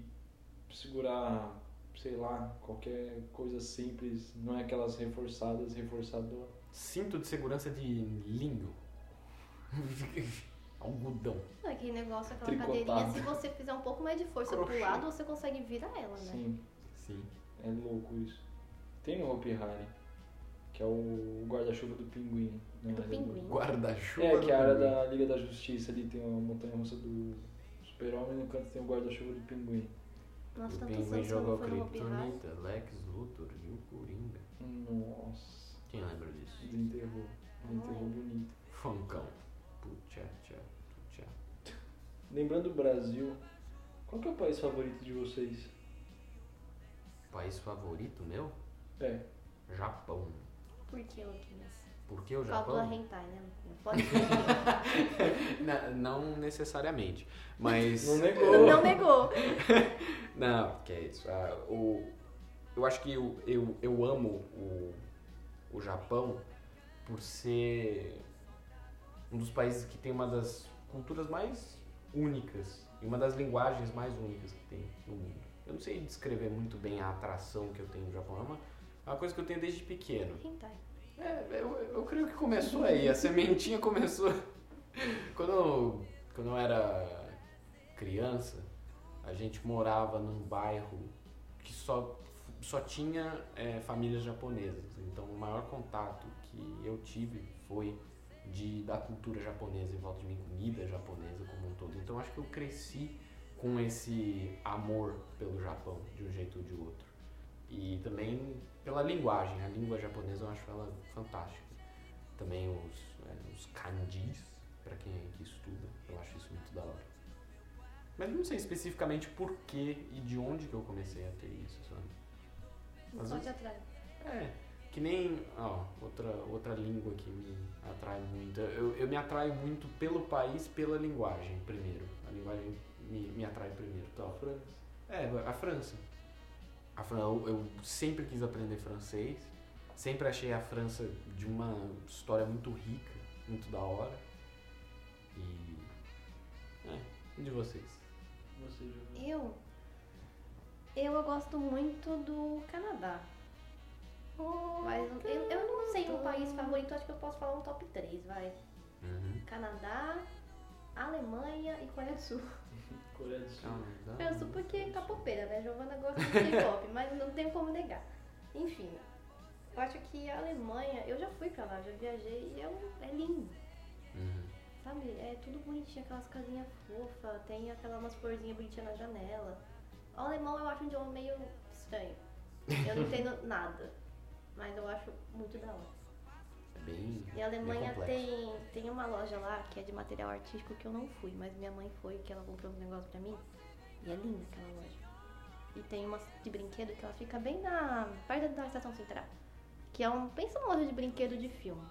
Speaker 3: segurar, sei lá, qualquer coisa simples. Não é aquelas reforçadas, reforçador.
Speaker 4: Cinto de segurança de linho. Algodão.
Speaker 5: Não, aquele negócio, aquela
Speaker 3: Tricotado.
Speaker 5: cadeirinha, se você fizer um pouco mais de força pro
Speaker 4: Crochê.
Speaker 5: lado, você consegue virar ela, né?
Speaker 3: Sim,
Speaker 4: Sim.
Speaker 3: é louco isso. Tem no Hopi Hari, que é o guarda-chuva do pinguim. né?
Speaker 5: Do pinguim.
Speaker 4: Guarda-chuva.
Speaker 3: É,
Speaker 4: do
Speaker 3: que é a área
Speaker 4: pinguim.
Speaker 3: da Liga da Justiça ali tem uma montanha russa do super-homem e no canto tem o guarda-chuva do pinguim.
Speaker 5: Nossa,
Speaker 4: O
Speaker 5: tantos
Speaker 4: Pinguim né?
Speaker 5: anos que eu
Speaker 4: jogou
Speaker 5: não fui no Hopi Hari.
Speaker 4: Kryptonita, Lex Luthor e o Coringa.
Speaker 3: Nossa,
Speaker 4: Quem lembra disso?
Speaker 3: desenterrou. Desenterrou bonito.
Speaker 4: Funkão. Puxa, tchá, puxa.
Speaker 3: Lembrando o Brasil, qual que é o país favorito de vocês?
Speaker 4: País favorito meu?
Speaker 3: É,
Speaker 4: Japão.
Speaker 5: Por que, Luquinhas?
Speaker 4: Por que o
Speaker 5: Calcula
Speaker 4: Japão?
Speaker 5: hentai, né, Luquinhas? Pode ser.
Speaker 4: Na- não necessariamente, mas...
Speaker 3: não negou.
Speaker 5: Não negou.
Speaker 4: Não, que é isso. Ah, o, eu acho que eu, eu, eu amo o, o Japão por ser um dos países que tem uma das culturas mais únicas e uma das linguagens mais únicas que tem no mundo. Eu não sei descrever muito bem a atração que eu tenho no Japão, é uma, é uma coisa que eu tenho desde pequeno.
Speaker 5: Hentai.
Speaker 4: É, eu, eu creio que começou aí, a sementinha começou. Quando eu, quando eu era criança, a gente morava num bairro que só, só tinha é, famílias japonesas. Então o maior contato que eu tive foi de da cultura japonesa em volta de mim, comida japonesa como um todo. Então acho que eu cresci com esse amor pelo Japão de um jeito ou de outro. E também pela linguagem, né? a língua japonesa eu acho ela fantástica. Também os, é, os kanjis, pra quem é que estuda, eu acho isso muito da hora. Mas não sei especificamente por que e de onde que eu comecei a ter isso, sabe? Mas
Speaker 5: Só
Speaker 4: eu-
Speaker 5: te atrai.
Speaker 4: É, que nem, ó, outra, outra língua que me atrai muito. Eu, eu me atraio muito pelo país, pela linguagem, primeiro. A linguagem me, me atrai primeiro. Então,
Speaker 3: França.
Speaker 4: é, a França. A Fran- eu, eu sempre quis aprender francês, Sempre achei a França de uma história muito rica, muito da hora. E. É, e de vocês.
Speaker 3: Você já viu?
Speaker 5: Eu. Eu gosto muito do Canadá. Mas eu, eu não sei um país favorito, acho que eu posso falar um top 3, vai. Canadá, Alemanha e Coreia do Sul.
Speaker 3: Coreia do Sul.
Speaker 4: Calma, dá
Speaker 5: Coreia do Sul porque é capoeira, né? Giovana gosta de K-pop, mas não tem como negar. Enfim, eu acho que a Alemanha, eu já fui pra lá, já viajei e é, um- é lindo.
Speaker 4: Uhum.
Speaker 5: Sabe, é tudo bonitinho, aquelas casinhas fofas, tem aquela umas florzinhas bonitinhas na janela. O alemão eu acho um idioma meio estranho. Eu não entendo nada, mas eu acho muito da hora.
Speaker 4: É Bem.
Speaker 5: E a Alemanha
Speaker 4: complexo.
Speaker 5: tem, tem uma loja lá que é de material artístico que eu não fui, mas minha mãe foi, que ela comprou um negócio pra mim. E é linda aquela loja. E tem umas de brinquedo que ela fica bem na. perto da estação central. Que é um. Pensa uma loja de brinquedo de filme.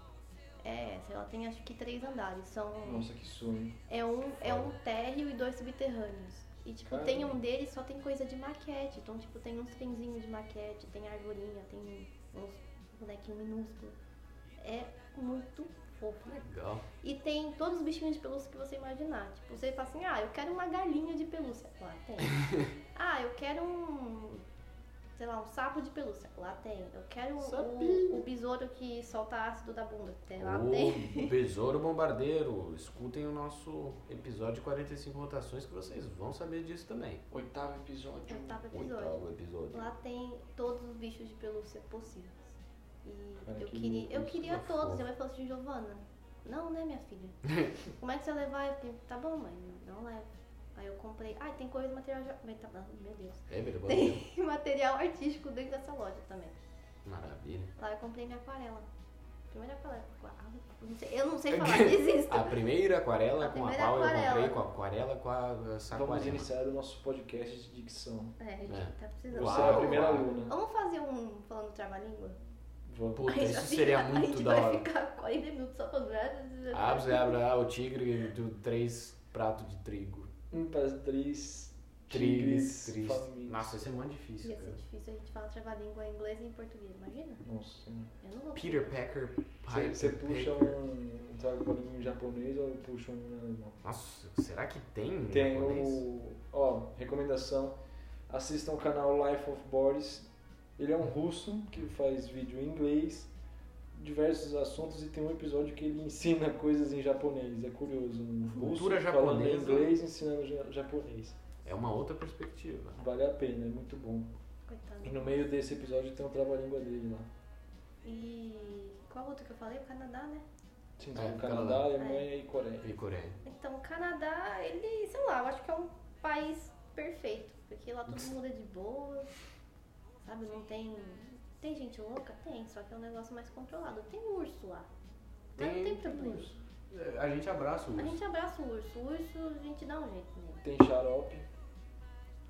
Speaker 5: É, sei lá, tem acho que três andares. São.
Speaker 3: Nossa, que sonho.
Speaker 5: É um, é um térreo e dois subterrâneos. E, tipo,
Speaker 3: Caramba.
Speaker 5: tem um deles só tem coisa de maquete. Então, tipo, tem uns trenzinhos de maquete, tem arvorinha, tem uns bonequinhos minúsculos. É muito fofo.
Speaker 4: Legal.
Speaker 5: E tem todos os bichinhos de pelúcia que você imaginar. Tipo, você fala assim, ah, eu quero uma galinha de pelúcia. Lá tem. ah, eu quero um... Sei lá, um sapo de pelúcia. Lá tem. Eu quero o-
Speaker 3: Sapinho.
Speaker 5: o, besouro que solta ácido da bunda. Tem, É, lá tem.
Speaker 4: O Besouro Bombardeiro. Escutem o nosso episódio 45 rotações que vocês vão saber disso também.
Speaker 3: Oitavo episódio.
Speaker 5: Oitavo Tá episódio.
Speaker 4: Oitavo episódio.
Speaker 5: Lá tem todos os bichos de pelúcia possíveis. E
Speaker 3: Cara,
Speaker 5: eu,
Speaker 3: que
Speaker 5: queria,
Speaker 3: louco
Speaker 5: eu
Speaker 3: isso,
Speaker 5: queria
Speaker 4: que tá
Speaker 5: todos.
Speaker 4: fofo.
Speaker 5: Minha mãe falou assim, Giovana, não, né, minha filha? Como é que você vai levar? Eu falei, tá bom, mãe, não leva. Aí eu comprei. Ai, tem coisa de material. de- mas tá- Meu Deus.
Speaker 4: É, velho, Bombardeiro.
Speaker 5: Tem material artístico dentro dessa loja também.
Speaker 4: Maravilha.
Speaker 5: Lá eu comprei minha aquarela. Primeira aquarela. Eu não sei, eu não sei falar, desisto.
Speaker 4: A primeira aquarela
Speaker 5: A
Speaker 4: com
Speaker 5: primeira
Speaker 4: a qual
Speaker 5: aquarela.
Speaker 4: eu comprei, com a aquarela com a
Speaker 3: Vamos
Speaker 4: saquarela.
Speaker 3: iniciar o nosso podcast de dicção.
Speaker 5: É,
Speaker 4: É.
Speaker 5: gente, tá precisando.
Speaker 3: Você é a
Speaker 4: Uau.
Speaker 3: primeira aluna.
Speaker 5: Vamos fazer um falando trava-língua?
Speaker 3: Vamos.
Speaker 4: Puta, isso
Speaker 5: Aí
Speaker 4: seria
Speaker 5: a
Speaker 4: muito
Speaker 5: gente
Speaker 4: da
Speaker 5: vai
Speaker 4: hora.
Speaker 5: ficar 40 minutos só falando. né?
Speaker 4: Abre, você abre ah, o tigre do três pratos de trigo.
Speaker 3: Imperatriz.
Speaker 4: Trigres,
Speaker 3: Um Tigres.
Speaker 4: tris.
Speaker 3: famintos.
Speaker 4: Nossa, isso é muito difícil,
Speaker 5: Ia ser
Speaker 4: cara.
Speaker 5: difícil a gente falar trava-língua em inglês e em português, imagina?
Speaker 3: Nossa.
Speaker 5: Eu não vou.
Speaker 4: Peter Packer.
Speaker 3: Você, você
Speaker 4: Piper
Speaker 3: puxa
Speaker 4: Packer.
Speaker 3: um. Sabe quando em japonês ou puxa um em alemão?
Speaker 4: Nossa, será que tem? em
Speaker 3: Tem
Speaker 4: japonês?
Speaker 3: o. Ó, recomendação. Assistam o canal Life of Boris. Ele é um russo que faz vídeo em inglês, diversos assuntos, e tem um episódio que ele ensina coisas em japonês. É curioso. Um russo
Speaker 4: Cultura
Speaker 3: falando
Speaker 4: japonesa.
Speaker 3: inglês ensinando ja- japonês.
Speaker 4: É uma outra perspectiva.
Speaker 3: Vale a pena, é muito bom. E
Speaker 5: Coitado.
Speaker 3: no meio desse episódio tem um trava-língua dele lá.
Speaker 5: E qual outro que eu falei? O Canadá, né?
Speaker 3: Sim,
Speaker 4: É,
Speaker 3: tem o
Speaker 4: Canadá.
Speaker 3: Canadá, Alemanha
Speaker 5: É.
Speaker 3: e Coreia.
Speaker 4: E Coreia.
Speaker 5: Então, o Canadá, ele, sei lá, eu acho que é um país perfeito. Porque lá todo mundo é de boa, sabe? Não tem. Tem gente louca? Tem, só que é um negócio mais controlado. Tem urso lá. Mas não tem problema.
Speaker 4: urso. É, A gente abraça o
Speaker 5: A
Speaker 4: urso.
Speaker 5: gente abraça o urso. O urso a gente dá um jeito nele.
Speaker 3: Tem xarope.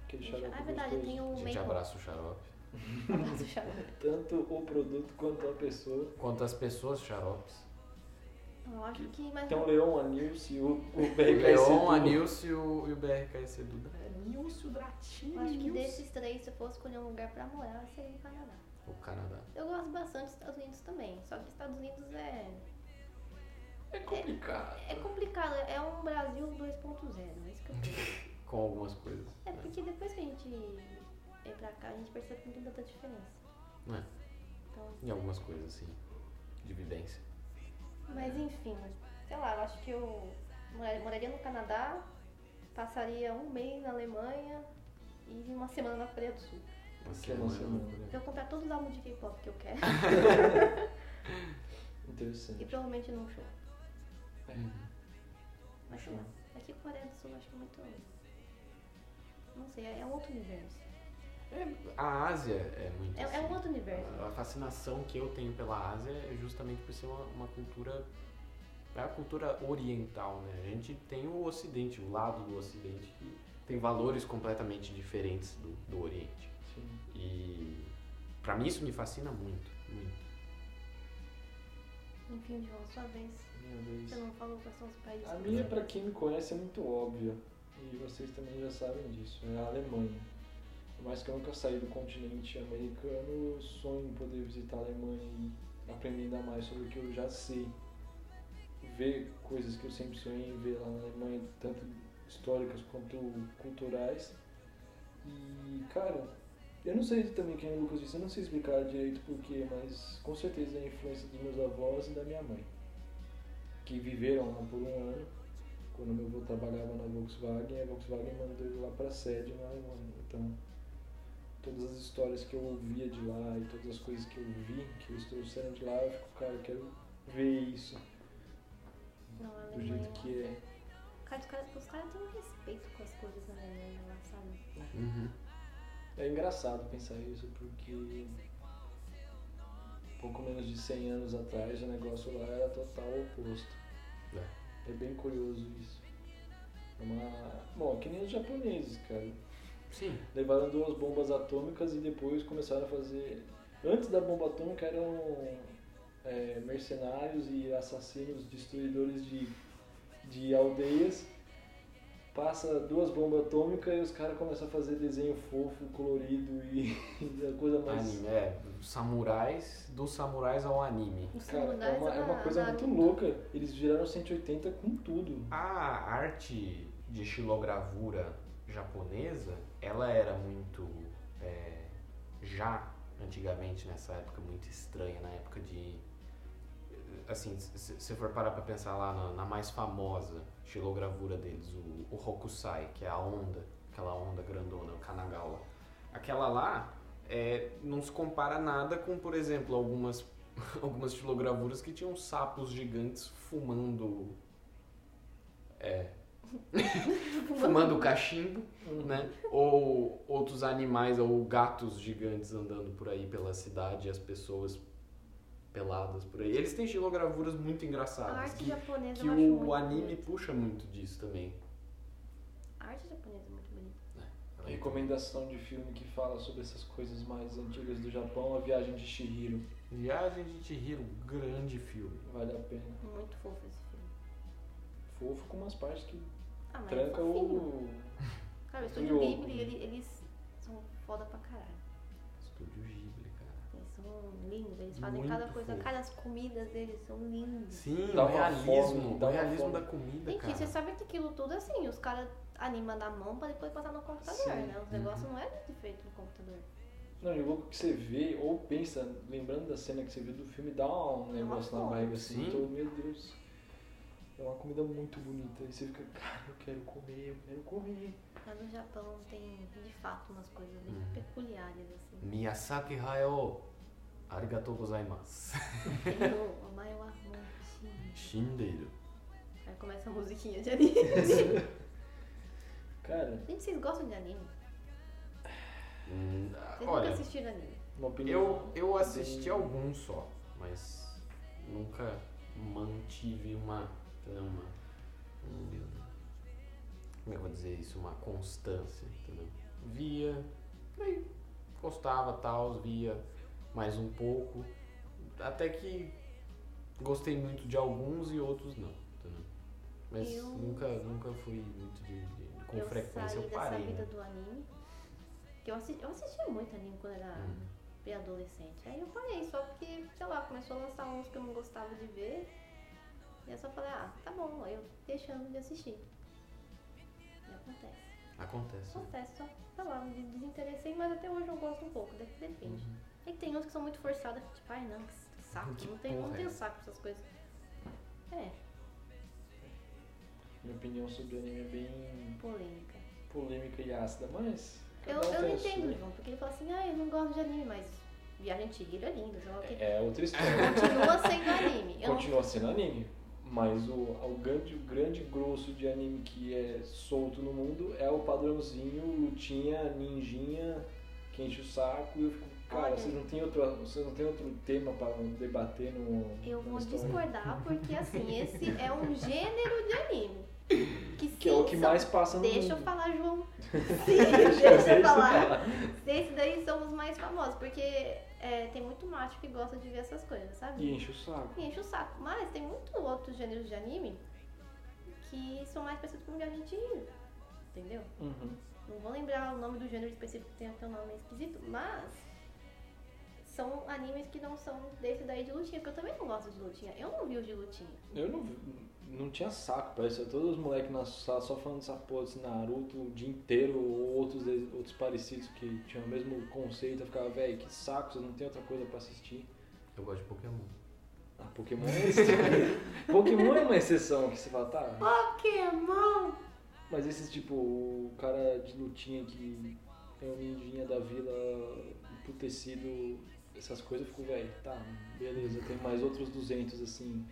Speaker 3: Aquele xarope
Speaker 5: Ah, é verdade,
Speaker 3: gostoso.
Speaker 5: tem um-
Speaker 4: A
Speaker 5: o
Speaker 4: gente
Speaker 5: meio.
Speaker 4: abraça o xarope.
Speaker 5: Abraça o xarope.
Speaker 3: Tanto o produto quanto a pessoa.
Speaker 4: Quanto as pessoas xaropes.
Speaker 5: Eu acho que. Mas
Speaker 3: Tem um o Leon, a Nilce e o, o
Speaker 4: O
Speaker 3: BRKC.
Speaker 4: Leon, a Nilce e o, e o BRKC Duda.
Speaker 5: Eu acho que desses três, se eu fosse escolher um lugar pra morar, seria o Canadá.
Speaker 4: O Canadá.
Speaker 5: Eu gosto bastante dos Estados Unidos também, só que Estados Unidos é,
Speaker 3: É complicado.
Speaker 5: é complicado, é um Brasil 2.0, é isso que eu penso.
Speaker 4: Com algumas coisas. né?
Speaker 5: É porque depois que a gente veio pra cá, a gente percebe que não tem tanta diferença.
Speaker 4: É.
Speaker 5: Então,
Speaker 4: Em algumas coisas, assim. De vivência.
Speaker 5: mas enfim, sei lá, eu acho que eu mora- moraria no Canadá, passaria um mês na Alemanha e uma semana na Coreia do Sul.
Speaker 3: Que emocionante.
Speaker 4: né?
Speaker 5: Pra eu comprar todos os álbuns de K-pop que eu quero e
Speaker 3: Interessante.
Speaker 5: provavelmente num show.
Speaker 3: É. Uhum.
Speaker 5: Mas sei
Speaker 3: Show.
Speaker 5: lá, aqui Coreia do Sul eu acho que é muito. Não sei, é é um outro universo.
Speaker 4: A Ásia é muito
Speaker 5: É, é um
Speaker 4: assim.
Speaker 5: outro universo.
Speaker 4: A fascinação que eu tenho pela Ásia é justamente por ser uma, uma cultura. É a cultura oriental, né? A gente tem o Ocidente, o lado do Ocidente, que tem valores completamente diferentes do, do Oriente.
Speaker 3: Sim.
Speaker 4: E pra mim isso me fascina muito, muito.
Speaker 5: Enfim, João, sua vez.
Speaker 3: Minha vez.
Speaker 5: Você não falou quais são os países.
Speaker 3: A minha, pra quem me conhece, é muito óbvia. E vocês também já sabem disso. É a Alemanha. Por mais que eu nunca saí do continente americano, eu sonho em poder visitar a Alemanha e aprender ainda mais sobre o que eu já sei. Ver coisas que eu sempre sonhei em ver lá na Alemanha, tanto históricas quanto culturais. E, cara, eu não sei também quem o Lucas disse, eu não sei explicar direito porquê, mas com certeza é a influência dos meus avós e da minha mãe, que viveram lá por um ano. Quando meu avô trabalhava na Volkswagen, a Volkswagen mandou ele lá pra sede na Alemanha. Então, todas as histórias que eu ouvia de lá e todas as coisas que eu vi, que eles trouxeram de lá, eu fico, cara, eu quero ver isso
Speaker 5: Não, a
Speaker 3: do jeito
Speaker 5: Alemanha.
Speaker 3: que é.
Speaker 5: Cara, os caras os caras têm um respeito com as coisas na Alemanha lá, sabe?
Speaker 4: Uhum.
Speaker 3: É engraçado pensar isso, porque pouco menos de 100 anos atrás o negócio lá era total oposto. É bem curioso isso. É uma... Bom, é que nem os japoneses, cara.
Speaker 4: Sim.
Speaker 3: Levaram duas bombas atômicas e depois começaram a fazer... Antes da bomba atômica eram é, mercenários e assassinos, destruidores de, de aldeias. Passa duas bombas atômicas e os caras começam a fazer desenho fofo, colorido e a coisa mais...
Speaker 4: Anime, é. Samurais, dos samurais ao anime.
Speaker 5: Os
Speaker 3: Cara, é
Speaker 5: samurais
Speaker 3: uma, é
Speaker 5: lá
Speaker 3: uma coisa
Speaker 5: na-
Speaker 3: muito louca. Eles viraram 180 com tudo.
Speaker 4: A arte de xilogravura japonesa, ela era muito, é, já antigamente nessa época, muito estranha, na época de, assim, se se for parar pra pensar lá na, na mais famosa xilogravura deles, o, o Hokusai, que é a onda, aquela onda grandona, o Kanagawa. Aquela lá é, não se compara nada com, por exemplo, algumas, algumas xilogravuras que tinham sapos gigantes fumando é, fumando cachimbo, né? Ou outros animais ou gatos gigantes andando por aí pela cidade e as pessoas peladas por aí. Eles têm estilogravuras muito
Speaker 5: A
Speaker 4: engraçadas
Speaker 5: arte
Speaker 4: que,
Speaker 5: japonesa
Speaker 4: que
Speaker 5: eu acho
Speaker 4: o
Speaker 5: muito
Speaker 4: anime
Speaker 5: bonita.
Speaker 4: puxa muito disso também.
Speaker 5: A arte japonesa é muito bonita.
Speaker 3: Recomendação de filme que fala sobre essas coisas mais antigas do Japão, A Viagem de Shihiro.
Speaker 4: Viagem de Chihiro, grande filme.
Speaker 3: Vale a pena.
Speaker 5: Muito fofo esse filme.
Speaker 3: Fofo com umas partes que
Speaker 5: Ah, mas
Speaker 3: tranca
Speaker 5: é fofinho.
Speaker 3: o...
Speaker 5: Cara, o
Speaker 3: o-
Speaker 5: Estúdio Ghibli, ele- eles são foda pra caralho.
Speaker 4: Estúdio Ghibli, cara.
Speaker 5: Eles são lindos, eles fazem
Speaker 4: Muito
Speaker 5: cada coisa,
Speaker 4: fofo.
Speaker 5: cada as comidas deles são lindas.
Speaker 4: Sim,
Speaker 3: Dá uma
Speaker 4: o realismo,
Speaker 3: fome, dá
Speaker 4: o
Speaker 3: uma
Speaker 4: realismo
Speaker 3: fome.
Speaker 4: da comida,
Speaker 5: Gente, você
Speaker 4: cara.
Speaker 5: sabe que aquilo tudo é assim, os caras animam na mão pra depois passar no computador,
Speaker 3: Sim.
Speaker 5: né? Os negócios
Speaker 4: Uhum.
Speaker 5: não é muito feito no computador.
Speaker 3: Não, e o louco que você vê ou pensa, lembrando da cena que você viu do filme, dá
Speaker 5: É
Speaker 3: um negócio na
Speaker 5: fome.
Speaker 3: barriga assim.
Speaker 4: Sim.
Speaker 3: Então, meu Deus. É uma comida muito bonita. E você fica, cara, eu quero comer, eu quero comer.
Speaker 5: Mas no Japão tem, de fato, umas coisas bem
Speaker 4: Uhum.
Speaker 5: peculiares, assim.
Speaker 4: Miyazaki Hayao, arigatou gozaimasu.
Speaker 5: Tem o Amayo Amonte.
Speaker 4: Shindeiro.
Speaker 5: Aí começa a musiquinha de anime.
Speaker 3: Cara,
Speaker 5: Gente, vocês gostam de anime?
Speaker 4: Hum, ah,
Speaker 5: Vocês nunca
Speaker 4: Olha,
Speaker 5: assistiram anime?
Speaker 3: uma opinião.
Speaker 4: eu, eu assisti
Speaker 3: bem-
Speaker 4: alguns um só, mas nunca mantive uma. Entendeu? Uma. um- Como é que eu vou dizer isso? Uma constância, entendeu? Via, aí gostava tal, via mais um pouco. Até que gostei muito de alguns e outros não, entendeu? Mas
Speaker 5: Eu-
Speaker 4: nunca, nunca fui muito de. de- com
Speaker 5: eu
Speaker 4: frequência
Speaker 5: saí
Speaker 4: eu
Speaker 5: dessa
Speaker 4: parei.
Speaker 5: vida
Speaker 4: Né?
Speaker 5: do anime. Que eu, assisti, eu assistia muito anime quando era
Speaker 4: Hum.
Speaker 5: bem adolescente. Aí eu parei, só porque, sei lá, começou a lançar uns que eu não gostava de ver. E eu só falei, ah, tá bom, aí eu deixando de assistir. E acontece.
Speaker 4: Acontece. né?
Speaker 5: Acontece, só, sei lá, me desinteressei, mas até hoje eu gosto um pouco, de- depende. E tem uns que são muito forçadas, tipo, ai não, que saco,
Speaker 4: Uhum. Que
Speaker 5: não tenho, não
Speaker 4: porra é
Speaker 5: tenho
Speaker 4: essa?
Speaker 5: saco pra essas coisas. É,
Speaker 3: Minha opinião sobre o anime é bem
Speaker 5: polêmica.
Speaker 3: polêmica e ácida, mas.
Speaker 4: É
Speaker 5: Eu,
Speaker 3: cada um
Speaker 5: eu
Speaker 3: tem
Speaker 5: não
Speaker 3: a sua.
Speaker 5: entendo,
Speaker 4: né?
Speaker 5: João, porque ele fala assim, ah, eu não gosto de anime, mas Viagem Tigre é lindo, sei lá o que.
Speaker 3: É outra história.
Speaker 5: Continua sendo anime. Eu não
Speaker 3: Continua sendo anime. Mas o, o, grande, o grande grosso de anime que é solto no mundo é o padrãozinho, lutinha, ninjinha, que enche o saco e eu fico. Cara,
Speaker 5: Olha.
Speaker 3: vocês não tem outro, vocês não tem outro tema pra debater no.
Speaker 5: Eu
Speaker 3: na
Speaker 5: vou
Speaker 3: história?
Speaker 5: discordar porque assim, esse é um gênero de anime. Que,
Speaker 3: Que é
Speaker 5: sim,
Speaker 3: o que
Speaker 5: são-
Speaker 3: mais passa no
Speaker 5: Deixa eu
Speaker 3: mundo.
Speaker 5: falar, João. Sim, deixa eu falar. Esses daí são os mais famosos, porque é, tem muito macho que gosta de ver essas coisas, sabe?
Speaker 3: E enche o saco.
Speaker 5: E enche o saco. Mas tem muitos outros gêneros de anime que são mais parecidos com o que a gente ri. Entendeu?
Speaker 3: Uhum.
Speaker 5: Não vou lembrar o nome do gênero específico, tem até um nome esquisito, mas são animes que não são desse daí de lutinha, porque eu também não gosto de lutinha. Eu não vi os de lutinha.
Speaker 3: Eu não, não tinha saco, parecia todos os moleques na sala só falando essa porra desse Naruto o dia inteiro, ou outros, de- outros parecidos que tinham o mesmo conceito. Eu ficava, velho, que saco, vocês não tem outra coisa pra assistir.
Speaker 4: Eu gosto de Pokémon.
Speaker 3: Ah, Pokémon é exceção. Pokémon é uma exceção que você fala, tá.
Speaker 5: Pokémon!
Speaker 3: Mas esses tipo, o cara de lutinha que é o ninjinha da vila emputecido, essas coisas, eu fico, velho, tá, beleza, tem mais outros 200 assim.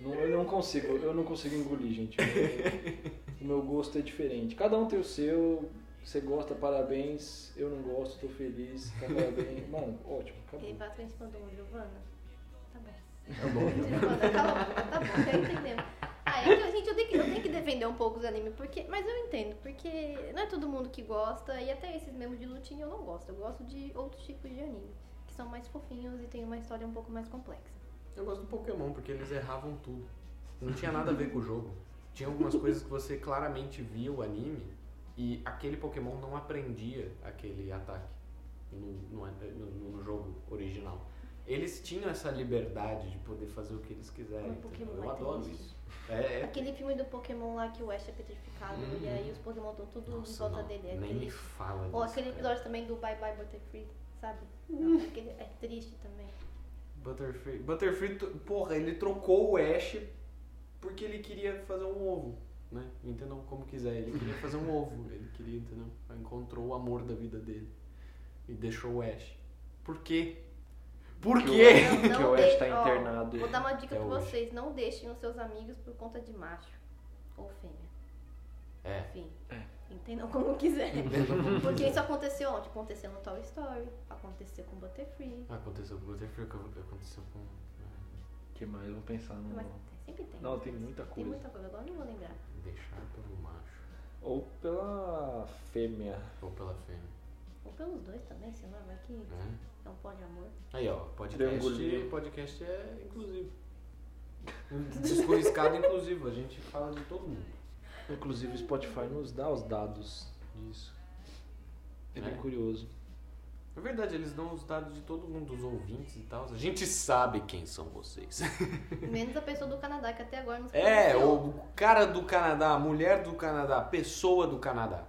Speaker 3: Não, eu não consigo, eu não consigo engolir, gente. Eu- o meu gosto é diferente. Cada um tem o seu. Você gosta, parabéns. Eu não gosto, tô feliz. Tá, parabéns. Mano, ótimo, acabou.
Speaker 5: Ele basicamente mandou um Giovana. Tá bom.
Speaker 4: Tá bom.
Speaker 5: Giovana, cala a boca, tá bom, já entendemos. Ah, então, gente, eu tenho, que, eu tenho que defender um pouco os animes, porque, mas eu entendo, porque não é todo mundo que gosta, e até esses mesmo de lutinha eu não gosto. Eu gosto de outros tipos de anime, que são mais fofinhos e tem uma história um pouco mais complexa.
Speaker 4: Eu gosto do Pokémon porque eles erravam tudo. Não tinha nada a ver com o jogo. Tinha algumas coisas que você claramente via o anime e aquele Pokémon não aprendia aquele ataque no, no- no- no jogo original. Eles tinham essa liberdade de poder fazer o que eles quiserem.
Speaker 5: Mas Pokémon
Speaker 4: entendeu?
Speaker 5: é
Speaker 4: Eu adoro
Speaker 5: triste.
Speaker 4: isso. É, é...
Speaker 5: Aquele filme do Pokémon lá que o Ash é petrificado
Speaker 4: Uhum.
Speaker 5: e aí os Pokémon estão tudo em
Speaker 4: Nossa,
Speaker 5: volta
Speaker 4: não.
Speaker 5: dele.
Speaker 4: Nem me
Speaker 5: Aquele,
Speaker 4: fala disso.
Speaker 5: ou aquele
Speaker 4: cara.
Speaker 5: episódio também do Bye Bye Butterfree, sabe?
Speaker 3: Hum.
Speaker 5: Não, aquele é triste também.
Speaker 4: Butterfree. Butterfree, to- porra, ele trocou o Ash porque ele queria fazer um ovo, né? Entendam como quiser. Ele queria fazer um ovo. Ele queria, entendeu? Encontrou o amor da vida dele. E deixou o Ash. Por quê? Por
Speaker 3: Que
Speaker 4: quê?
Speaker 5: Não,
Speaker 3: Que
Speaker 5: não
Speaker 3: o Ash
Speaker 5: de-
Speaker 3: tá
Speaker 5: ó,
Speaker 3: internado.
Speaker 5: Vou dar uma dica
Speaker 4: É
Speaker 5: pra
Speaker 4: hoje.
Speaker 5: vocês: não deixem os seus amigos por conta de macho ou fêmea.
Speaker 4: É.
Speaker 5: Enfim, entendam como quiser. Porque isso aconteceu onde? Aconteceu no Toy Story, aconteceu com Butterfree.
Speaker 4: Aconteceu com o Butterfree, aconteceu com. é,
Speaker 3: que mais? Eu Vou pensar no.
Speaker 5: Mas sempre tem.
Speaker 3: Não, tem muita
Speaker 5: Tem
Speaker 3: coisa.
Speaker 5: muita coisa, agora eu não vou lembrar.
Speaker 4: Deixar pelo macho.
Speaker 3: Ou pela fêmea.
Speaker 4: Ou pela fêmea.
Speaker 5: Ou pelos dois também, sei lá, vai que
Speaker 4: Né?
Speaker 5: é um pó de amor.
Speaker 4: Aí, ó, podcast,
Speaker 3: Triangulinho.
Speaker 4: podcast é inclusivo. Descoriscado inclusivo, a gente fala de todo mundo.
Speaker 3: Inclusive o Spotify nos dá os dados disso. É bem
Speaker 4: É.
Speaker 3: curioso.
Speaker 4: É verdade, eles dão os dados de todo mundo, dos ouvintes e tal. A gente sabe quem são vocês.
Speaker 5: Menos a pessoa do Canadá, que até agora não se
Speaker 4: É,
Speaker 5: pronunciou.
Speaker 4: o cara do Canadá, a mulher do Canadá, a pessoa do Canadá.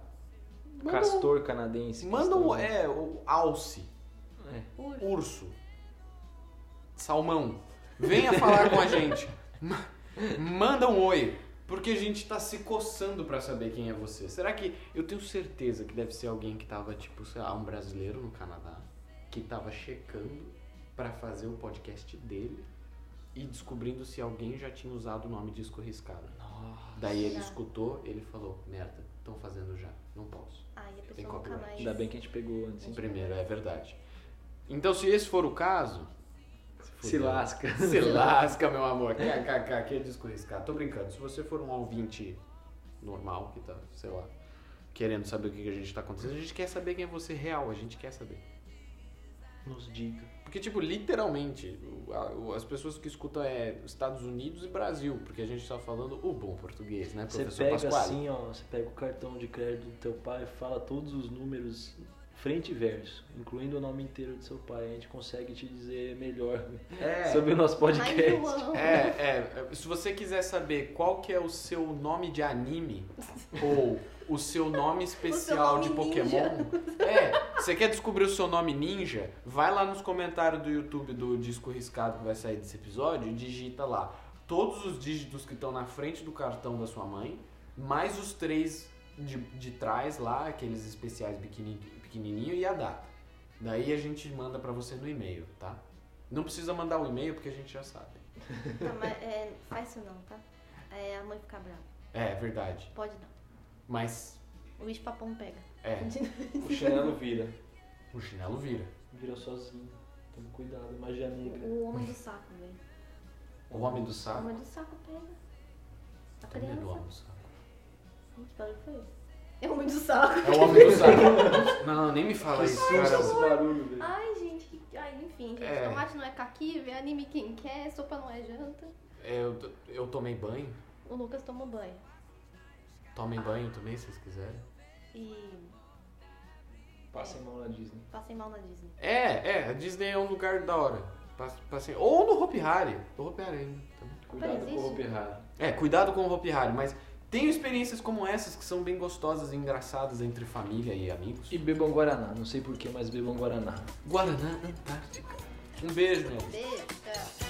Speaker 4: Manda um-
Speaker 3: Castor canadense.
Speaker 4: Manda um,
Speaker 3: castor-
Speaker 4: é, o alce,
Speaker 3: É.
Speaker 5: Ui,
Speaker 4: urso, salmão. Venha falar com a gente. Ma- Manda um oi. Porque a gente tá se coçando pra saber quem é você. Será que. Eu tenho certeza que deve ser alguém que tava, tipo, sei lá, um brasileiro no Canadá. Que tava checando pra fazer o podcast dele e descobrindo se alguém já tinha usado o nome disco riscado.
Speaker 3: Nossa.
Speaker 4: Daí ele
Speaker 5: Já.
Speaker 4: escutou, ele falou: Merda, estão fazendo já, não posso.
Speaker 5: Aí a
Speaker 4: Tem
Speaker 5: pessoa nunca
Speaker 4: copyright.
Speaker 5: mais.
Speaker 3: Ainda bem que a gente pegou antes. hein?
Speaker 4: Primeiro, é verdade. Então, se esse for o caso.
Speaker 3: Se
Speaker 4: fudeu.
Speaker 3: lasca.
Speaker 4: Se lasca, meu amor. KKK, que é descorriscar. Tô brincando. Se você for um ouvinte normal, que tá, sei lá, querendo saber o que que a gente tá acontecendo, a gente quer saber quem é você real, a gente quer saber.
Speaker 3: Nos diga.
Speaker 4: Porque, tipo, literalmente, o- a- o- as pessoas que escutam é Estados Unidos e Brasil, porque a gente tá falando o bom português, né,
Speaker 3: Você
Speaker 4: professor
Speaker 3: pega
Speaker 4: Pasquale?
Speaker 3: assim, ó. Você pega o cartão de crédito do teu pai e fala todos os números frente e verso, incluindo o nome inteiro do seu pai. A gente consegue te dizer melhor
Speaker 4: É.
Speaker 3: assim, sobre o nosso
Speaker 5: Ai,
Speaker 3: podcast.
Speaker 5: João.
Speaker 4: É, é, se você quiser saber qual que é o seu nome de anime ou o seu nome especial
Speaker 5: nome
Speaker 4: de Pokémon, é, você quer descobrir o seu nome ninja, vai lá nos comentários do YouTube do disco riscado que vai sair desse episódio e digita lá todos os dígitos que estão na frente do cartão da sua mãe, mais os três de, de trás lá, aqueles especiais pequeni- pequenininho e a data. Daí a gente manda pra você no e-mail, tá? Não precisa mandar o e-mail porque a gente já sabe.
Speaker 5: Tá, mas, é, faz isso não, tá? É, a mãe fica brava.
Speaker 4: É, verdade.
Speaker 5: Pode não.
Speaker 4: Mas,
Speaker 5: O espapão pega.
Speaker 4: é,
Speaker 3: O chinelo vira.
Speaker 4: o chinelo vira.
Speaker 3: Vira sozinho. Toma cuidado, magia negra.
Speaker 5: O homem do saco, velho.
Speaker 4: O homem do
Speaker 5: O
Speaker 4: saco.
Speaker 5: homem do saco pega. A
Speaker 4: Também é do
Speaker 5: criança.
Speaker 4: homem do saco.
Speaker 5: Gente, que barulho foi esse? É o homem do saco.
Speaker 4: É o homem do saco. Não, nem me fala isso,
Speaker 3: esse
Speaker 4: cara.
Speaker 3: barulho, velho.
Speaker 5: Ai, gente, que... Ai, enfim, gente.
Speaker 4: É.
Speaker 5: Tomate não é caquive, anime quem quer, sopa não é janta.
Speaker 4: É, Eu, eu tomei banho.
Speaker 5: O Lucas tomou banho.
Speaker 4: Tomem banho também, se vocês quiserem.
Speaker 5: E
Speaker 3: Passei mal na Disney.
Speaker 5: passei mal na Disney.
Speaker 4: É, é, a Disney é um lugar da hora. Passe- Passei, ou no Hopi Hari. No Hopi Hari ainda. também.
Speaker 3: Cuidado com o
Speaker 5: existe?
Speaker 3: Hopi Hari.
Speaker 4: É, cuidado com o Hopi Hari, mas tem experiências como essas que são bem gostosas e engraçadas entre família e amigos.
Speaker 3: E bebam Guaraná. Não sei porquê, mas bebam Guaraná.
Speaker 4: Guaraná Antártica. Um beijo, né?
Speaker 5: Beijo, tchau.